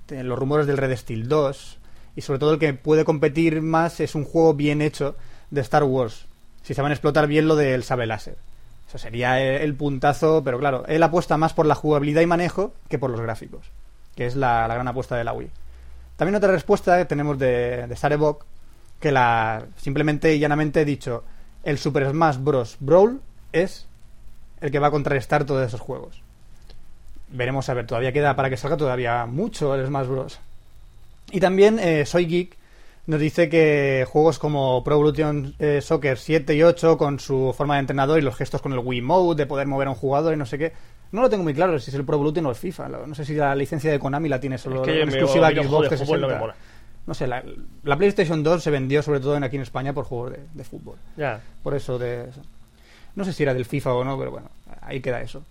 Speaker 1: te- los rumores del Red Steel 2 y sobre todo el que puede competir más es un juego bien hecho de Star Wars. Si saben explotar bien lo del sable láser. Eso sería e, el, el puntazo, pero claro, él apuesta más por la jugabilidad y manejo que por los gráficos, que es la, la gran apuesta de la Wii. También otra respuesta que tenemos de, de Starebock, que la simplemente y llanamente he dicho, el Super Smash Bros. Brawl es el que va a contrarrestar todos esos juegos. Veremos a ver, todavía queda para que salga todavía mucho el Smash Bros. Y también eh, Soy Geek nos dice que juegos como Pro Evolution eh, Soccer 7 y 8 con su forma de entrenador y los gestos con el Wii Mode de poder mover a un jugador y no sé qué. No lo tengo muy claro si es el Pro Evolution o el FIFA. lo- No sé si la licencia de Konami la tiene solo
Speaker 2: Es que
Speaker 1: en
Speaker 2: yo me-
Speaker 1: exclusiva
Speaker 2: a mí los
Speaker 1: Xbox
Speaker 2: juegos de fútbol no me
Speaker 1: 360.
Speaker 2: molan.
Speaker 1: No sé, la, la PlayStation 2 se vendió sobre todo en- aquí en España por juegos de, de fútbol.
Speaker 2: Ya.
Speaker 1: Por eso de... No sé si era del FIFA o no, pero bueno, ahí queda eso.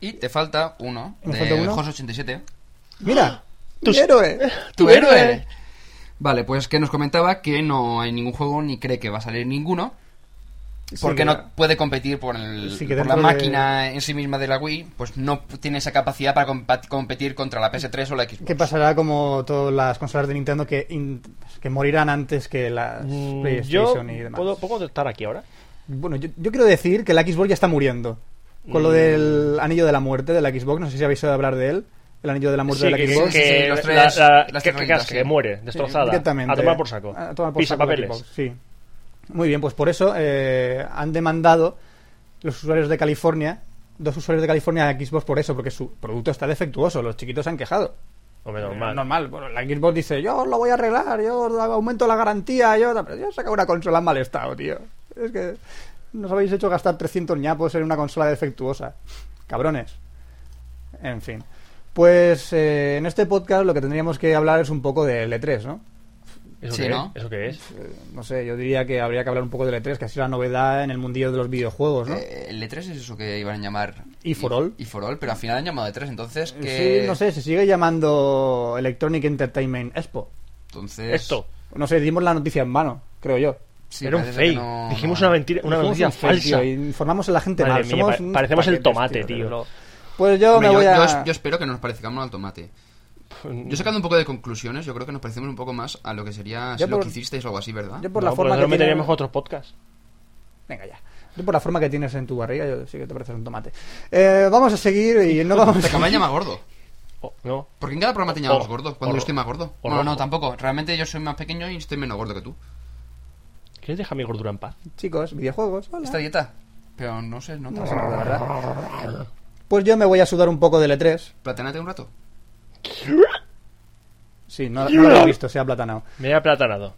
Speaker 10: Y te falta uno,
Speaker 1: ¿Me
Speaker 10: de
Speaker 1: falta uno?
Speaker 10: Jos 87.
Speaker 2: *gasps*
Speaker 1: ¡Mira! ¡Tu héroe!
Speaker 2: *laughs*
Speaker 10: ¡Tu
Speaker 1: eh,
Speaker 10: héroe! Vale, pues que nos comentaba que no hay ningún juego ni cree que va a salir ninguno. Porque
Speaker 1: que
Speaker 10: no
Speaker 1: la-
Speaker 10: puede competir por, el-
Speaker 1: Sí, que
Speaker 10: por la
Speaker 1: dentro de-
Speaker 10: máquina en sí misma de la Wii, pues no tiene esa capacidad para compa- competir contra la PS3 o la Xbox.
Speaker 1: ¿Qué pasará como todas las consolas de Nintendo que, in- que morirán antes que las
Speaker 2: Mm, Yo
Speaker 1: PlayStation y demás?
Speaker 2: ¿puedo, ¿Puedo contestar aquí ahora?
Speaker 1: Bueno, yo, yo quiero decir que la Xbox ya está muriendo. Con lo
Speaker 2: Mm.
Speaker 1: del anillo de la muerte de la Xbox, no sé si habéis oído hablar de él. El anillo de la muerte
Speaker 2: Sí,
Speaker 1: de la
Speaker 2: que-
Speaker 1: Xbox.
Speaker 2: que- Sí, sí, los la- tres- la- las que- tres que rueditas, casque, sí. muere, destrozada.
Speaker 1: directamente.
Speaker 2: A tomar por saco.
Speaker 1: A tomar por
Speaker 2: Pisa
Speaker 1: saco la
Speaker 2: papeles.
Speaker 1: Xbox, sí. Muy bien, pues por eso eh, han demandado los usuarios de California, dos usuarios de California a Xbox por eso, porque su producto está defectuoso. Los chiquitos se han quejado. Eh,
Speaker 2: Hombre, normal.
Speaker 1: Normal, bueno, la Xbox dice, yo os lo voy a arreglar, yo os aumento la garantía, yo... Pero yo he sacado una consola en mal estado, tío. Es que nos habéis hecho gastar 300 ñapos en una consola defectuosa. Cabrones. En fin. Pues eh, en este podcast lo que tendríamos que hablar es un poco del E3, ¿no?
Speaker 2: ¿Eso,
Speaker 10: Sí,
Speaker 2: qué
Speaker 10: ¿no?
Speaker 2: es? ¿Eso qué es?
Speaker 1: Eh, No sé, yo diría que habría que hablar un poco del E3, que ha sido la novedad en el mundillo de los videojuegos, ¿no?
Speaker 10: Eh, el E3 es eso que iban a llamar.
Speaker 1: Y for all.
Speaker 10: Y for all, pero al final han llamado E3, entonces. Que...
Speaker 1: Sí, no sé, se sigue llamando Electronic Entertainment Expo.
Speaker 10: Entonces.
Speaker 1: No sé, dimos la noticia en mano, creo yo.
Speaker 10: Sí, Era un parece que fake. no-
Speaker 2: Dijimos una mentira- una
Speaker 1: Dijimos
Speaker 2: noticia
Speaker 1: un fake,
Speaker 2: falsa.
Speaker 1: tío, y informamos a la gente
Speaker 2: Madre
Speaker 1: mal.
Speaker 2: mía,
Speaker 1: Somos
Speaker 2: pa-
Speaker 1: unos
Speaker 2: pareceremos el
Speaker 1: paquetes,
Speaker 2: tomate, tío.
Speaker 1: desde luego. Pues yo
Speaker 10: Hombre,
Speaker 1: me voy
Speaker 10: yo,
Speaker 1: a...
Speaker 10: es- yo espero que no nos parezcamos al tomate.
Speaker 2: Mm.
Speaker 10: Yo sacando un poco de conclusiones, yo creo que nos parecemos un poco más a lo que sería
Speaker 1: Yo
Speaker 10: si lo
Speaker 1: por-
Speaker 10: que hicisteis o algo así, ¿verdad?
Speaker 1: yo por la No, forma pero no que me tiene- teníamos
Speaker 2: pues otros podcasts.
Speaker 1: Venga ya. Yo por la forma que tienes en tu barriga, yo sí que te pareces un tomate. Eh, vamos a seguir y no vamos...
Speaker 10: Te acaban de llamar gordo.
Speaker 2: Oh, no.
Speaker 10: Porque en cada programa te
Speaker 1: O-
Speaker 10: llamamos gordo, cuando
Speaker 1: o-
Speaker 10: yo estoy más gordo.
Speaker 1: o
Speaker 10: Bueno, no,
Speaker 1: rojo.
Speaker 10: tampoco. Realmente yo soy más pequeño y estoy menos gordo que tú.
Speaker 2: ¿Quieres dejar mi gordura en paz?
Speaker 1: *laughs* Chicos, videojuegos, hola.
Speaker 10: Esta dieta. Pero no sé, no te
Speaker 1: No se nota, ¿verdad? Pues yo me voy a sudar un poco del E E3.
Speaker 10: Platanate un rato.
Speaker 1: Sí, no, no lo he visto, se ha platanado.
Speaker 2: Me he aplatanado.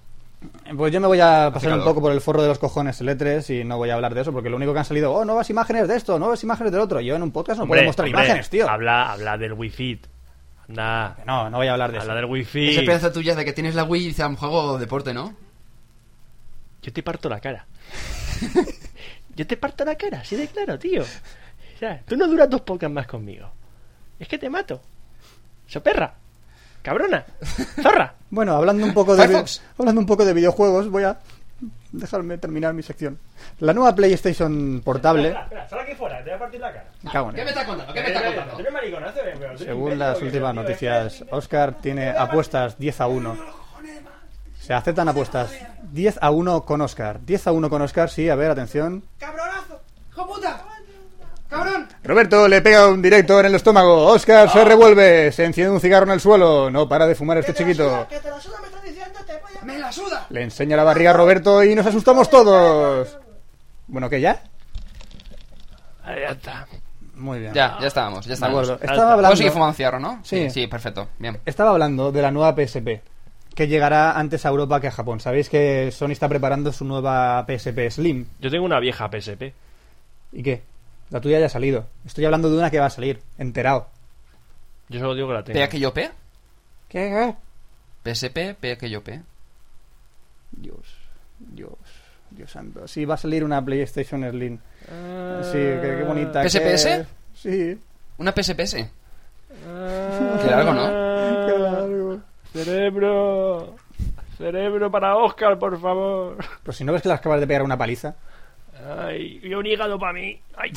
Speaker 1: Pues yo me voy a pasar un
Speaker 2: calor.
Speaker 1: poco por el forro de los cojones el E3 y no voy a hablar de eso, porque lo único que han salido, oh, nuevas imágenes de esto, nuevas imágenes del otro. Yo en un podcast no
Speaker 2: Hombre,
Speaker 1: puedo mostrar
Speaker 2: hombre,
Speaker 1: imágenes, tío.
Speaker 2: Habla, habla del Wii Fit. Anda.
Speaker 1: No, no voy a hablar de
Speaker 2: habla
Speaker 1: eso.
Speaker 2: del Wii
Speaker 10: Esa
Speaker 2: Fit.
Speaker 10: esperanza tuya de que tienes la Wii y dices, a lo mejor hago deporte, ¿no?
Speaker 2: Yo te parto la cara. *laughs* Yo te parto la cara, así de claro, tío. O sea, tú no duras dos podcasts más conmigo. Es que te mato. Soperra. Cabrona. Zorra.
Speaker 1: Bueno, hablando un poco de
Speaker 2: Firefox.
Speaker 1: hablando un poco de videojuegos, voy a Dejadme terminar mi sección. La nueva PlayStation portable,
Speaker 2: sal aquí fuera, te voy a partir la cara.
Speaker 1: Me cago en ¿Qué él. me estás
Speaker 10: contando?
Speaker 1: ¿Qué me estás contando?
Speaker 2: Tú eres mariconazo, eh, pero-
Speaker 1: según las últimas noticias, Oscar tiene apuestas 10 a 1. Se aceptan apuestas 10 a 1 con Oscar. 10 a 1 con Oscar, sí, a ver, atención.
Speaker 16: ¡Cabronazo! ¡Hijo puta! ¡Cabrón!
Speaker 1: Roberto le pega un directo en el estómago. Oscar se revuelve, se enciende un cigarro en el suelo. No para de fumar este chiquito.
Speaker 16: ¡Que te la suda, me estás diciendo! Te voy ¡Me la suda!
Speaker 1: Le enseña la barriga a Roberto y nos asustamos todos. Bueno, ¿qué ya?
Speaker 2: ya está.
Speaker 1: Muy bien.
Speaker 10: Ya, ya estábamos, ya
Speaker 1: De
Speaker 10: estábamos.
Speaker 1: acuerdo. Estaba hablando-
Speaker 2: Oh,
Speaker 10: Puedo seguir fumando cigarro, ¿no?
Speaker 1: Sí.
Speaker 10: Sí, perfecto. Bien.
Speaker 1: Estaba hablando de la nueva PSP, que llegará antes a Europa que a Japón. Sabéis que Sony está preparando su nueva PSP Slim.
Speaker 2: Yo tengo una vieja PSP.
Speaker 1: ¿Y qué? La tuya ya ha salido. Estoy hablando de una que va a salir. Enterado.
Speaker 2: Yo solo digo que la tengo.
Speaker 10: ¿P que yo P?
Speaker 1: ¿Qué?
Speaker 10: PSP, P que yo P.
Speaker 1: Dios, Dios, Dios santo. Sí, va a salir una PlayStation Slim. Sí, qué, qué bonita. que
Speaker 10: ¿PSPS?
Speaker 1: es. Sí.
Speaker 10: ¿Una PSPS? Qué largo, ¿no?
Speaker 1: Qué largo.
Speaker 2: Ah, Cerebro. Cerebro para Oscar, por favor.
Speaker 1: Pero Pues si no ves que las acabas de pegar una paliza.
Speaker 2: Ay, y un hígado para mí.
Speaker 1: *laughs*
Speaker 2: Ay.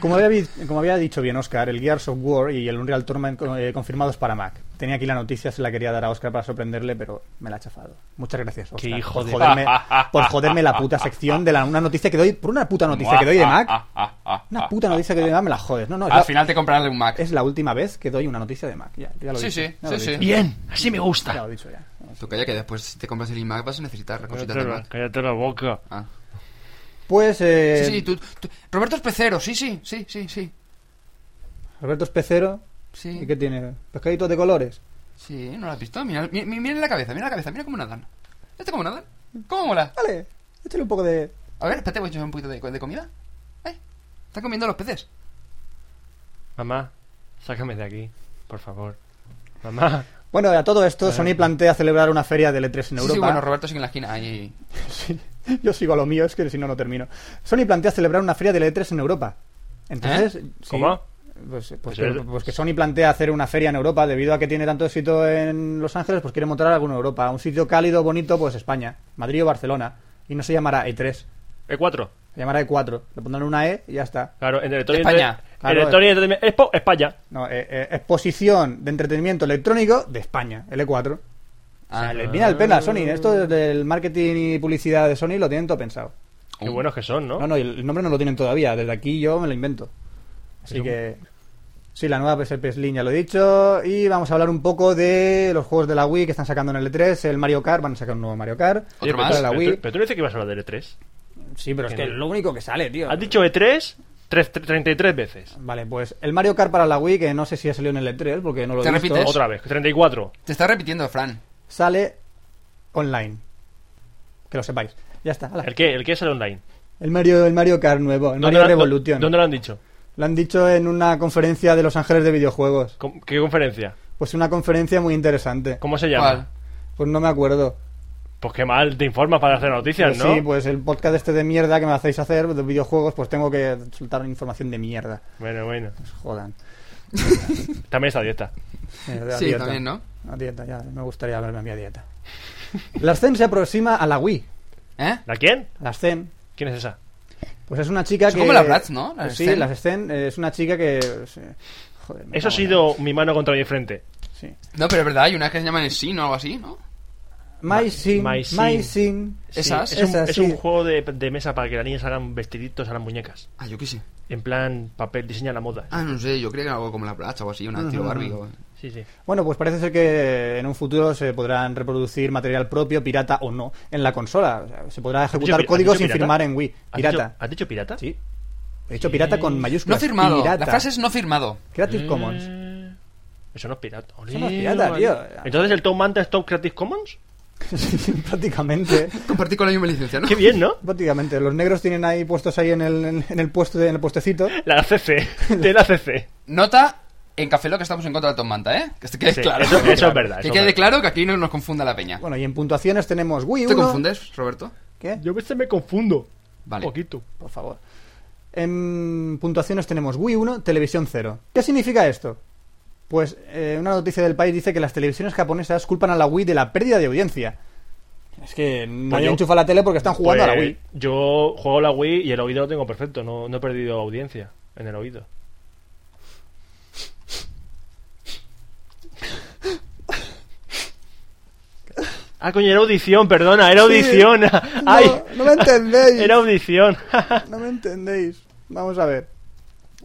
Speaker 1: Como había, vi- como había dicho bien Oscar, el Gears of War y el Unreal Tournament co- eh, confirmados para Mac. Tenía aquí la noticia, se la quería dar a Oscar para sorprenderle, pero me la ha chafado. Muchas gracias, Oscar.
Speaker 2: Qué hijo
Speaker 1: por,
Speaker 2: de-
Speaker 1: joderme, por joderme la puta sección de la, una noticia que doy. Por una puta
Speaker 10: Ah,
Speaker 1: noticia que doy de Mac. Una puta noticia que doy de Mac, me la jodes. No, no, es
Speaker 10: Al
Speaker 1: la-
Speaker 10: final te compraré un Mac.
Speaker 1: Es la última vez que doy una noticia de Mac. Ya, ya lo he
Speaker 10: Sí,
Speaker 1: dicho,
Speaker 10: sí,
Speaker 1: ya lo he
Speaker 10: sí, sí.
Speaker 1: dicho.
Speaker 10: Bien,
Speaker 2: así me gusta.
Speaker 1: Ya lo he dicho ya.
Speaker 10: Tú calla que después si te compras el iMac vas a necesitar cositas de Mac. Ah.
Speaker 2: cállate la boca.
Speaker 1: Pues, eh,
Speaker 10: Sí, sí, tú, tú- Roberto es pecero, sí, sí, sí, sí, sí.
Speaker 1: Alberto es pecero.
Speaker 10: Sí.
Speaker 1: ¿Y qué tiene? ¿Pescaditos de colores?
Speaker 10: Sí, ¿no lo has visto? Mira, mi- mi- mira la cabeza, mira la cabeza, mira cómo nadan. ¿Este cómo nadan? ¿Cómo mola?
Speaker 1: Vale, échale un poco de...
Speaker 10: A ver, espérate, voy a echar un poquito de, de comida. Ay, están comiendo los peces.
Speaker 2: Mamá, sácame de aquí, por favor. Mamá.
Speaker 1: Bueno, a todo esto, Sony plantea celebrar una feria de E3 en
Speaker 10: Sí,
Speaker 1: Europa.
Speaker 10: sí, bueno, Roberto sigue en la esquina. Ahí.
Speaker 1: *laughs* Yo sigo a lo mío, es que si no, no termino. Sony plantea celebrar una feria de E3 en Europa. Entonces,
Speaker 2: ¿Eh?
Speaker 1: sí.
Speaker 2: ¿Cómo?
Speaker 1: Pues, pues
Speaker 2: Pues
Speaker 1: que,
Speaker 2: es-
Speaker 1: pues que Sony plantea hacer una feria en Europa debido a que tiene tanto éxito en Los Ángeles, pues quiere montar alguno en Europa. Un sitio cálido, bonito, pues España, Madrid o Barcelona. Y no se llamará E3,
Speaker 2: E4.
Speaker 1: se llamará E4. Le pondrán una E y ya está.
Speaker 2: E Claro, en el Tony
Speaker 1: España.
Speaker 2: Entre-
Speaker 1: Claro, eh.
Speaker 2: en el Tony Entretenimiento- Expo, España.
Speaker 1: No, eh, eh, exposición de entretenimiento electrónico de España, L4. O sea,
Speaker 2: Ah.
Speaker 1: les viene al pelo a Sony. Esto del marketing y publicidad de Sony lo tienen todo pensado.
Speaker 2: Qué buenos que son, ¿no?
Speaker 1: Uh. No, no, y el nombre no lo tienen todavía. Desde aquí yo me lo invento. Así
Speaker 2: Es
Speaker 1: que. Sí, la nueva PSP Slim ya lo he dicho. Y vamos a hablar un poco de los juegos de la Wii que están sacando en el E3. El Mario Kart, van a sacar un nuevo Mario Kart.
Speaker 2: Oye,
Speaker 1: Para
Speaker 2: pero,
Speaker 1: la
Speaker 2: tú-
Speaker 1: Wii.
Speaker 2: pero, tú no dices que ibas a hablar del E3.
Speaker 1: Sí, pero es que
Speaker 2: Genial.
Speaker 1: es lo único que sale, tío.
Speaker 2: Has dicho E3 tres- tre- 33 veces.
Speaker 1: Vale, pues el Mario Kart para la Wii, que no sé si ha salido en el E3, porque no lo he
Speaker 10: ¿Te
Speaker 1: visto.
Speaker 10: repites?
Speaker 2: Otra vez, 34.
Speaker 10: Te está repitiendo, Fran.
Speaker 1: Sale online. Que lo sepáis. Ya está. ala.
Speaker 2: ¿El qué? ¿El qué es el online?
Speaker 1: El Mario, el Mario Kart nuevo, el
Speaker 2: ¿Dónde
Speaker 1: Mario
Speaker 2: lo han-
Speaker 1: Revolution.
Speaker 2: ¿Dónde lo han dicho?
Speaker 1: Lo han dicho en una conferencia de Los Ángeles de Videojuegos.
Speaker 2: ¿Com- ¿Qué conferencia?
Speaker 1: Pues una conferencia muy interesante.
Speaker 2: ¿Cómo se llama?
Speaker 1: Pues no me acuerdo.
Speaker 2: Pues qué mal te informas para hacer noticias,
Speaker 1: Pero
Speaker 2: ¿no?
Speaker 1: Sí, pues el podcast este de mierda que me hacéis hacer de videojuegos, pues tengo que soltar información de mierda.
Speaker 2: Bueno, bueno.
Speaker 1: Jodan.
Speaker 2: También está dieta.
Speaker 1: Eh, a
Speaker 10: Sí,
Speaker 1: dieta.
Speaker 10: también, ¿no?
Speaker 1: A dieta, ya. Me gustaría verme a mi dieta. *laughs* La Ascen se aproxima a la Wii.
Speaker 10: ¿Eh?
Speaker 2: ¿La quién?
Speaker 1: La Ascen.
Speaker 2: ¿Quién es esa?
Speaker 1: Pues es una chica
Speaker 10: Son
Speaker 1: que...
Speaker 10: como las Bratz, ¿no? Las
Speaker 1: sí,
Speaker 10: Ascen.
Speaker 1: las Ascen. eh, Es una chica que... sí. Joder, me
Speaker 2: Eso ha
Speaker 1: cago en
Speaker 2: sido mi mano contra mi frente.
Speaker 1: Sí.
Speaker 10: No, pero es verdad, hay unas que se llaman el Sin o algo así, ¿no?
Speaker 1: My Sin.
Speaker 2: My
Speaker 1: My
Speaker 2: Sin.
Speaker 1: Sin.
Speaker 10: Esas.
Speaker 2: es, un,
Speaker 1: Esas,
Speaker 2: es
Speaker 1: sí.
Speaker 2: un juego de, de mesa para que las niñas hagan vestiditos a las muñecas.
Speaker 10: Ah, yo qué sé.
Speaker 2: En plan, papel, diseña la moda.
Speaker 10: Ah, no sé, yo creía que era algo como la placha o así, una
Speaker 1: Ujú.
Speaker 10: tiro Barbie. o-
Speaker 2: Sí, sí.
Speaker 1: Bueno, pues parece ser que en un futuro se podrán reproducir material propio, pirata o no, en la consola. O sea, se podrá
Speaker 2: ¿Has dicho
Speaker 1: ejecutar
Speaker 2: pi- has
Speaker 1: código
Speaker 2: dicho
Speaker 1: sin
Speaker 2: pirata?
Speaker 1: firmar en Wii.
Speaker 2: ¿Has
Speaker 1: Pirata.
Speaker 2: dicho- ¿Has dicho pirata? Sí.
Speaker 1: He dicho pirata con
Speaker 10: No
Speaker 1: mayúsculas.
Speaker 10: firmado.
Speaker 1: Pirata.
Speaker 10: La frase es no firmado.
Speaker 1: Creative Commons.
Speaker 2: Eh,
Speaker 1: *laughs*
Speaker 2: Eso no es pirata.
Speaker 1: Eso no es
Speaker 2: Olé,
Speaker 1: pirata,
Speaker 2: vale.
Speaker 1: tío.
Speaker 2: Entonces el Tom Manta es Top Creative Commons.
Speaker 1: Prácticamente.
Speaker 10: Compartí con la misma licencia, ¿no?
Speaker 2: Qué bien, ¿no?
Speaker 1: Prácticamente. Los negros tienen ahí puestos ahí en el, en el, puesto, en el puestecito.
Speaker 2: La CC. De la CC.
Speaker 10: Nota en Café Lock que estamos en contra del Tom Manta, ¿eh? Que quede
Speaker 2: Sí,
Speaker 10: claro.
Speaker 2: eso- eso es verdad,
Speaker 10: Que
Speaker 2: eso
Speaker 10: quede
Speaker 2: es verdad.
Speaker 10: claro que aquí no nos confunda la peña.
Speaker 1: Bueno, y en puntuaciones tenemos Wii 1.
Speaker 10: ¿Te confundes, Roberto?
Speaker 1: ¿Qué?
Speaker 2: Yo a veces me confundo.
Speaker 10: Vale.
Speaker 2: Un poquito.
Speaker 1: Por favor. En puntuaciones tenemos Wii 1, televisión 0. ¿Qué significa esto? Pues eh, una noticia del país dice que las televisiones japonesas culpan a la Wii de la pérdida de audiencia. Es que
Speaker 2: Pues
Speaker 1: nadie
Speaker 2: yo-
Speaker 1: enchufa la tele porque están jugando a la
Speaker 2: Pues,
Speaker 1: Wii.
Speaker 2: Yo juego a la Wii y el oído lo tengo perfecto, no, no he perdido audiencia en el
Speaker 1: *laughs*
Speaker 2: oído. Ah, coño, era audición, perdona, era
Speaker 1: Sí.
Speaker 2: audición.
Speaker 1: No,
Speaker 2: *laughs* Ay,
Speaker 1: no me entendéis.
Speaker 2: Era audición.
Speaker 1: No me entendéis. Vamos a ver.